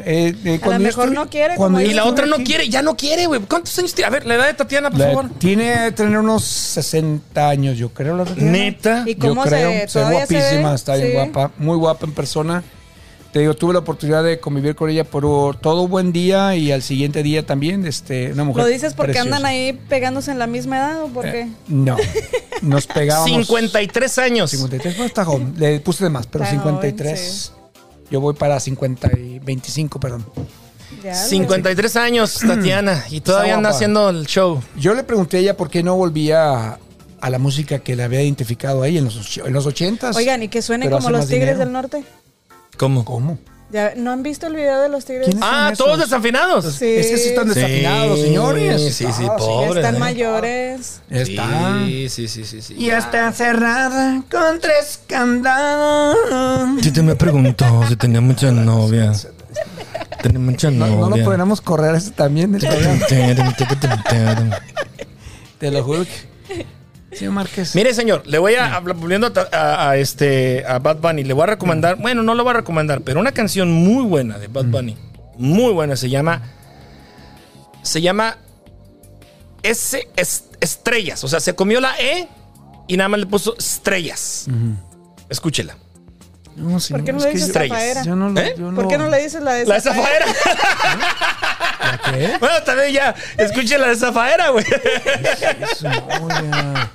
D: Eh, eh, cuando yo
E: mejor no quiere,
D: cuando
E: como
D: yo
C: Y la
D: estuve
C: otra no
D: aquí-
C: quiere, ya no quiere, güey. ¿Cuántos años tiene? A ver, la edad de Tatiana, por
D: La-
C: favor.
D: tiene tener unos 60 años, yo creo. La Tatiana.
C: Neta.
E: ¿Y
D: Yo
E: cómo se-
D: creo. Se ve
E: todavía se ve?
D: guapísima, está bien
E: Sí.
D: guapa. Muy guapa en persona. Te digo, tuve la oportunidad de convivir con ella por todo buen día y al siguiente día también. Este, una mujer.
E: ¿Lo dices porque
D: preciosa. Eh,
E: andan ahí pegándose en la misma edad o por qué?
D: No. Nos pegábamos.
C: 53 años.
D: 53, bueno, está joven. Le puse de más, pero
E: Está joven,
D: 53. Yo voy para 50 y 25, perdón.
E: Ya,
C: 53 años, Tatiana. Y todavía
D: Está
C: anda
D: guapa.
C: haciendo el show.
D: Yo le pregunté a ella por qué no volvía a, a la música que le había identificado ahí en los, och- en los ochentas.
E: lo- Oigan, y que suene
D: Pero
E: como
D: hace
E: los
D: más
E: Tigres
D: dinero.
E: del Norte.
C: ¿Cómo?
D: ¿Cómo?
E: Ya, ¿No han visto el video de los Tigres?
D: ¿Quién es?
C: Ah,
D: Son esos.
C: todos desafinados.
E: Sí.
D: Es que sí están desafinados,
C: Sí,
D: señores.
C: sí, sí,
D: Ah,
E: Ya
C: pobre.
E: están
C: ¿no?
E: mayores.
D: Está.
C: Sí, sí, sí, sí. sí.
D: Y está cerrada con tres candados.
C: Si te me preguntó si tenía muchas novias. Tenía muchas
D: No, no lo
C: novias.
D: podemos correr ese también. ¿eh? del programa. Te lo juro que. Sí, Márquez.
C: Mire, señor, le voy a, habla- volviendo a, ta- a- a este, a Bad Bunny, le voy a recomendar, bueno, no lo voy a recomendar, pero una canción muy buena de Bad Bunny, muy buena. Se llama. Se llama. S es- estrellas. O sea, se comió la E y nada más le puso estrellas. Escúchela.
D: No, sí,
E: ¿Por qué no
D: es
E: le
D: que
E: dices
D: yo-
C: estrellas.
E: zafaera?
D: yo no lo-
C: ¿Eh?
D: yo
E: ¿Por qué no le dices la de
C: La de
E: zafaera?
C: Zafaera.
D: ¿Qué?
C: bueno, también ya. Escúchela de Zafaera, güey.
D: Eso, oiga. ah,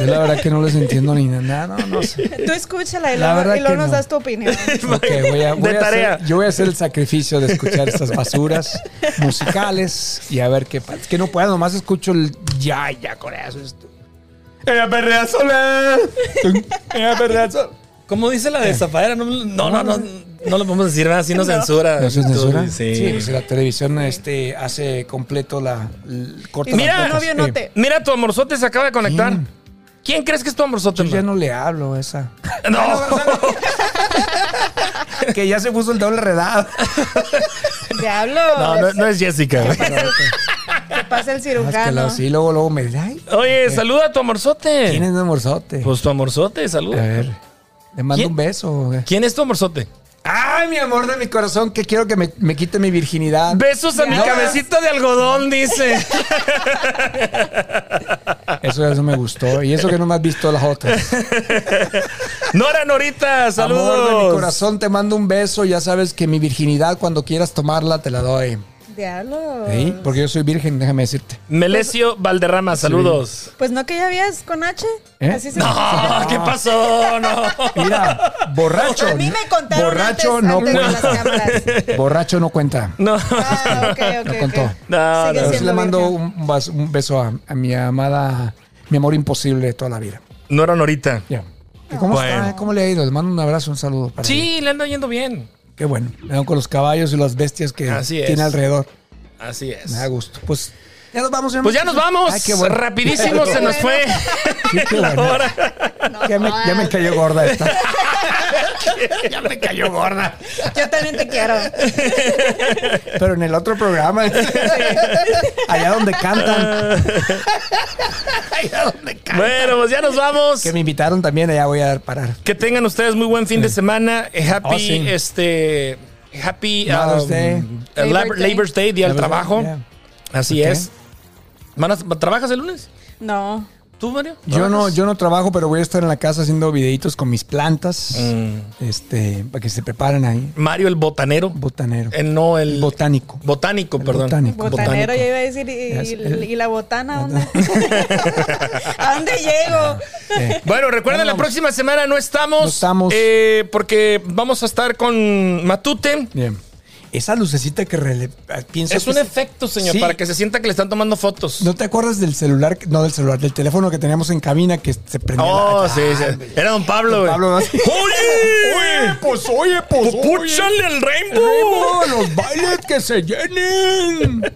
D: Yo la verdad que no les entiendo ni nada. No, no sé.
E: Tú escúchala y
D: La
E: luego,
D: verdad
E: y luego
D: que
E: nos
D: no.
E: das tu opinión.
D: Ok, voy a, voy
C: De
D: a
C: tarea.
D: Hacer, yo voy a hacer el sacrificio de escuchar estas basuras musicales y a ver qué pasa. Es que no puedo, nomás escucho el ya, ya, con eso. esto. Ella perrea sola. Ella perrea Eh. sola.
C: ¿Cómo dice la de Zafaera? No, no, no, no, no lo podemos decir, ¿verdad? Así nos censura.
D: ¿No es una censura?
C: Sí.
D: pues la televisión este, hace completo la. el- corta
E: Y si
C: Mira.
D: las
E: tu
D: notas.
E: novio no
D: Eh,
E: te...
C: Mira, tu amorzote se acaba de conectar.
D: ¿Quién?
C: ¿Quién, crees que es tu amorzote?
D: Yo Pues ya
C: man?
D: no le hablo a esa.
C: no.
D: Que ya se puso el doble redado.
E: Diablo.
C: No, no, no es Jessica. güey.
E: Te pasa el
D: Más que
E: cirujano.
D: la- sí, luego, luego me dice, ay,
C: Oye, saluda a tu amorzote.
D: Eh. ¿quién es mi amorzote?
C: Pues tu amorzote,
D: a
C: saluda.
D: ver, le mando
C: ¿Quién?
D: un beso. güey.
C: ¿Quién es tu amorzote?
D: Ay, mi amor de mi corazón, que quiero que me, me quite mi virginidad.
C: Besos a mi
D: No.
C: cabecita de algodón, dice.
D: Eso, eso me gustó. Y eso que no me has visto las otras.
C: Nora Norita, saludos.
D: Amor de mi corazón, te mando un beso. Ya sabes que mi virginidad, cuando quieras tomarla, te la doy.
E: Diablo.
D: ¿Sí? Porque yo soy virgen, déjame decirte.
C: Melesio Valderrama, saludos.
E: Pues no que ya habías con H.
D: ¿Eh?
E: Así se Ah,
C: No, ¿qué pasó? No.
D: Mira, borracho.
E: A mí me contaron
D: borracho
E: antes,
D: no
E: antes de las
D: cuenta.
E: cámaras.
D: Borracho no cuenta.
C: No.
E: Ah, ok, ok,
D: No
E: ok.
D: contó.
C: No,
E: Sigue
D: Pero sí
E: siendo
D: le mando
E: virgen.
D: un, bas- un beso a, a mi amada, mi amor imposible de toda la vida.
C: Nora Norita.
D: Ya. ¿Y ¿Cómo
C: Bueno.
D: está? ¿Cómo le ha ido? Le mando un abrazo, un saludo. Para ella.
C: Sí, le anda yendo bien.
D: Qué bueno. Me dan con los caballos y las bestias que
C: Así es.
D: tiene alrededor.
C: Así es.
D: Me da gusto. Pues ya nos vamos.
C: Pues ya nos vamos.
D: Ay, qué bueno.
C: Rapidísimo se nos fue
D: Sí, qué
C: la
D: bueno.
C: hora.
D: Ya me, ya me cayó gorda esta.
C: ya me cayó gorda.
E: Yo también te quiero.
D: Pero en el otro programa, allá donde cantan,
C: Bueno, pues ya nos vamos.
D: que me invitaron también, allá voy a dar parar.
C: Que tengan ustedes muy buen fin de semana. Eh, Happy,
D: Oh, sí.
C: este. Happy
D: Mother's
C: um,
D: Day.
C: eh, Lab- Labor,
E: Labor Day.
C: Day, Día del
D: Labor Day,
C: Trabajo.
D: yeah.
C: Así
D: Ok.
C: es. ¿Van a- ¿Trabajas el lunes?
E: No.
C: ¿Tú, Mario?
D: Yo no,
C: ¿Trabajas?
D: yo no trabajo, pero voy a estar en la casa haciendo videitos con mis plantas.
C: Mm.
D: Este, para que se preparen ahí.
C: Mario el botanero.
D: Botanero.
C: Eh, no, el.
D: Botánico.
C: Botánico,
D: El
C: perdón.
D: botánico.
E: Botanero,
C: Botánico.
E: yo iba a decir,
D: Es-
E: ¿y,
D: es-
E: y- y la botana dónde? ¿A dónde llego?
D: Eh,
C: Bueno, recuerden, la
D: Bueno, vamos.
C: próxima semana no estamos.
D: No estamos.
C: eh, porque vamos a estar con Matute.
D: bien. Esa lucecita que rele- ah, pienso
C: Es
D: que
C: un efecto, señor,
D: Sí.
C: para que se sienta que le están tomando fotos.
D: ¿No te acuerdas del celular? No del celular, del teléfono que teníamos en cabina que se prendía.
C: Oh,
D: la-
C: sí, sí. Era don Pablo, güey.
D: Pablo, ¿no?
C: ¡Oye!
D: pues oye, pues
C: ¡Púchale el rainbow!
D: Remo, los bailes que se llenen.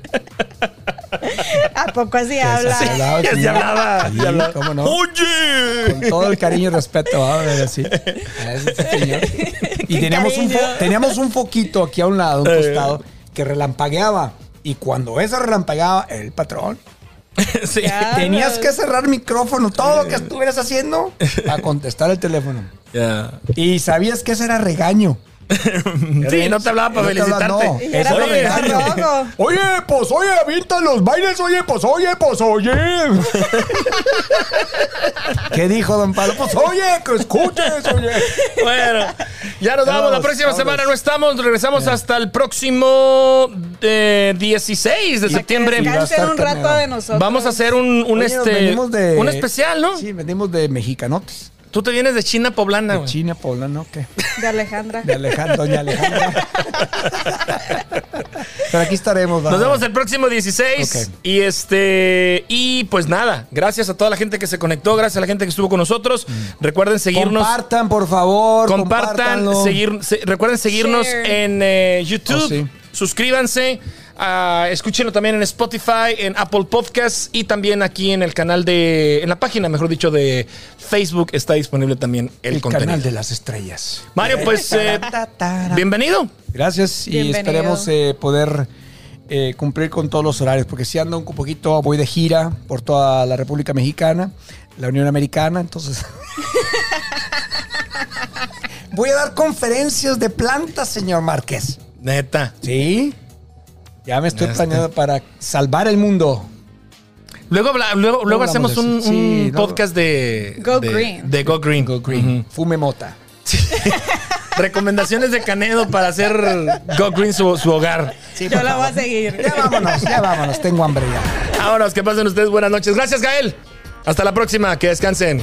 E: ¿A poco así habla?
D: se hablaba,
C: Ya se
D: sí.
C: hablaba,
D: Sí,
C: ya hablaba.
D: ¿cómo no?
C: ¡Oye!
D: Con todo el cariño y respeto, va, pero así. A ese señor. Y teníamos un, fo-
E: cariño.
D: teníamos un foquito aquí a un lado,
C: Eh.
D: un costado, que relampagueaba. Y cuando esa relampagueaba, el patrón.
C: Sí.
E: Ya.
D: Tenías que cerrar micrófono, todo
C: Eh.
D: lo que estuvieras haciendo, a contestar el teléfono.
C: Ya.
D: Y sabías que ese era regaño.
C: Sí, no te hablaba para
D: No te hablaba,
C: felicitarte.
D: no.
E: Y era
D: Eso
E: para
D: es
E: pegar
D: regaño.
E: rojo.
D: Oye, pues oye, avienta los bailes, oye, pues oye, pues oye. ¿Qué dijo don Pablo? Pues oye, que escuches, oye.
C: Bueno, ya nos
D: Ya
C: vamos. La
D: vamos,
C: próxima
D: vámonos.
C: semana no estamos. Regresamos hasta el próximo eh, 16 de septiembre.
D: Y va a estar
E: Descansen un rato
D: ternero.
E: de nosotros.
C: Vamos a hacer un, un,
D: Oye,
C: este,
D: venimos de-
C: un especial, ¿no? Ah,
D: Sí, venimos de mexicanotes.
C: Tú te vienes de China poblana,
D: De
C: güey.
D: China, poblano, ¿qué?
E: De Alejandra.
D: De Alejandro, doña Alejandra. Pero aquí estaremos.
C: Nos vemos el próximo 16.
D: Ok.
C: Y este. Y pues nada. Gracias a toda la gente que se conectó. Gracias a la gente que estuvo con nosotros.
D: Mm.
C: Recuerden seguirnos.
D: Compartan, por favor.
C: compartan.
D: compártanlo.
C: seguir- se- recuerden seguirnos
E: Share.
C: en eh, YouTube.
D: Oh, sí.
C: Suscríbanse. ah, escúchenlo también en Spotify, en Apple Podcasts y también aquí en el canal de. En la página, mejor dicho, de Facebook está disponible también el,
D: El
C: contenido.
D: canal de las estrellas.
C: Mario, pues. eh, bienvenido.
D: Gracias y
E: Bienvenido.
D: esperemos eh, poder eh, cumplir con todos los horarios, porque si ando un poquito, voy de gira por toda la República Mexicana, la Unión Americana, entonces... voy a dar conferencias de plantas, señor Márquez.
C: Neta.
D: Sí. Ya me estoy
C: Ya está.
D: planeando para salvar el mundo.
C: Luego, habla- luego, luego
D: hablamos
C: hacemos
D: de eso.
C: un,
D: Sí,
C: un
D: luego-
C: podcast de
E: Go
C: de-
E: Green.
C: De Go Green.
D: Go Green.
C: Ujú.
D: Fume mota.
C: Recomendaciones de Canedo para hacer Go Green su, su hogar.
D: Sí,
E: Yo
D: por
E: la voy a
D: favor.
E: seguir.
D: Ya vámonos, ya vámonos. Tengo hambre ya.
C: Vámonos, que pasen ustedes buenas noches. Gracias, Gael. Hasta la próxima, que descansen.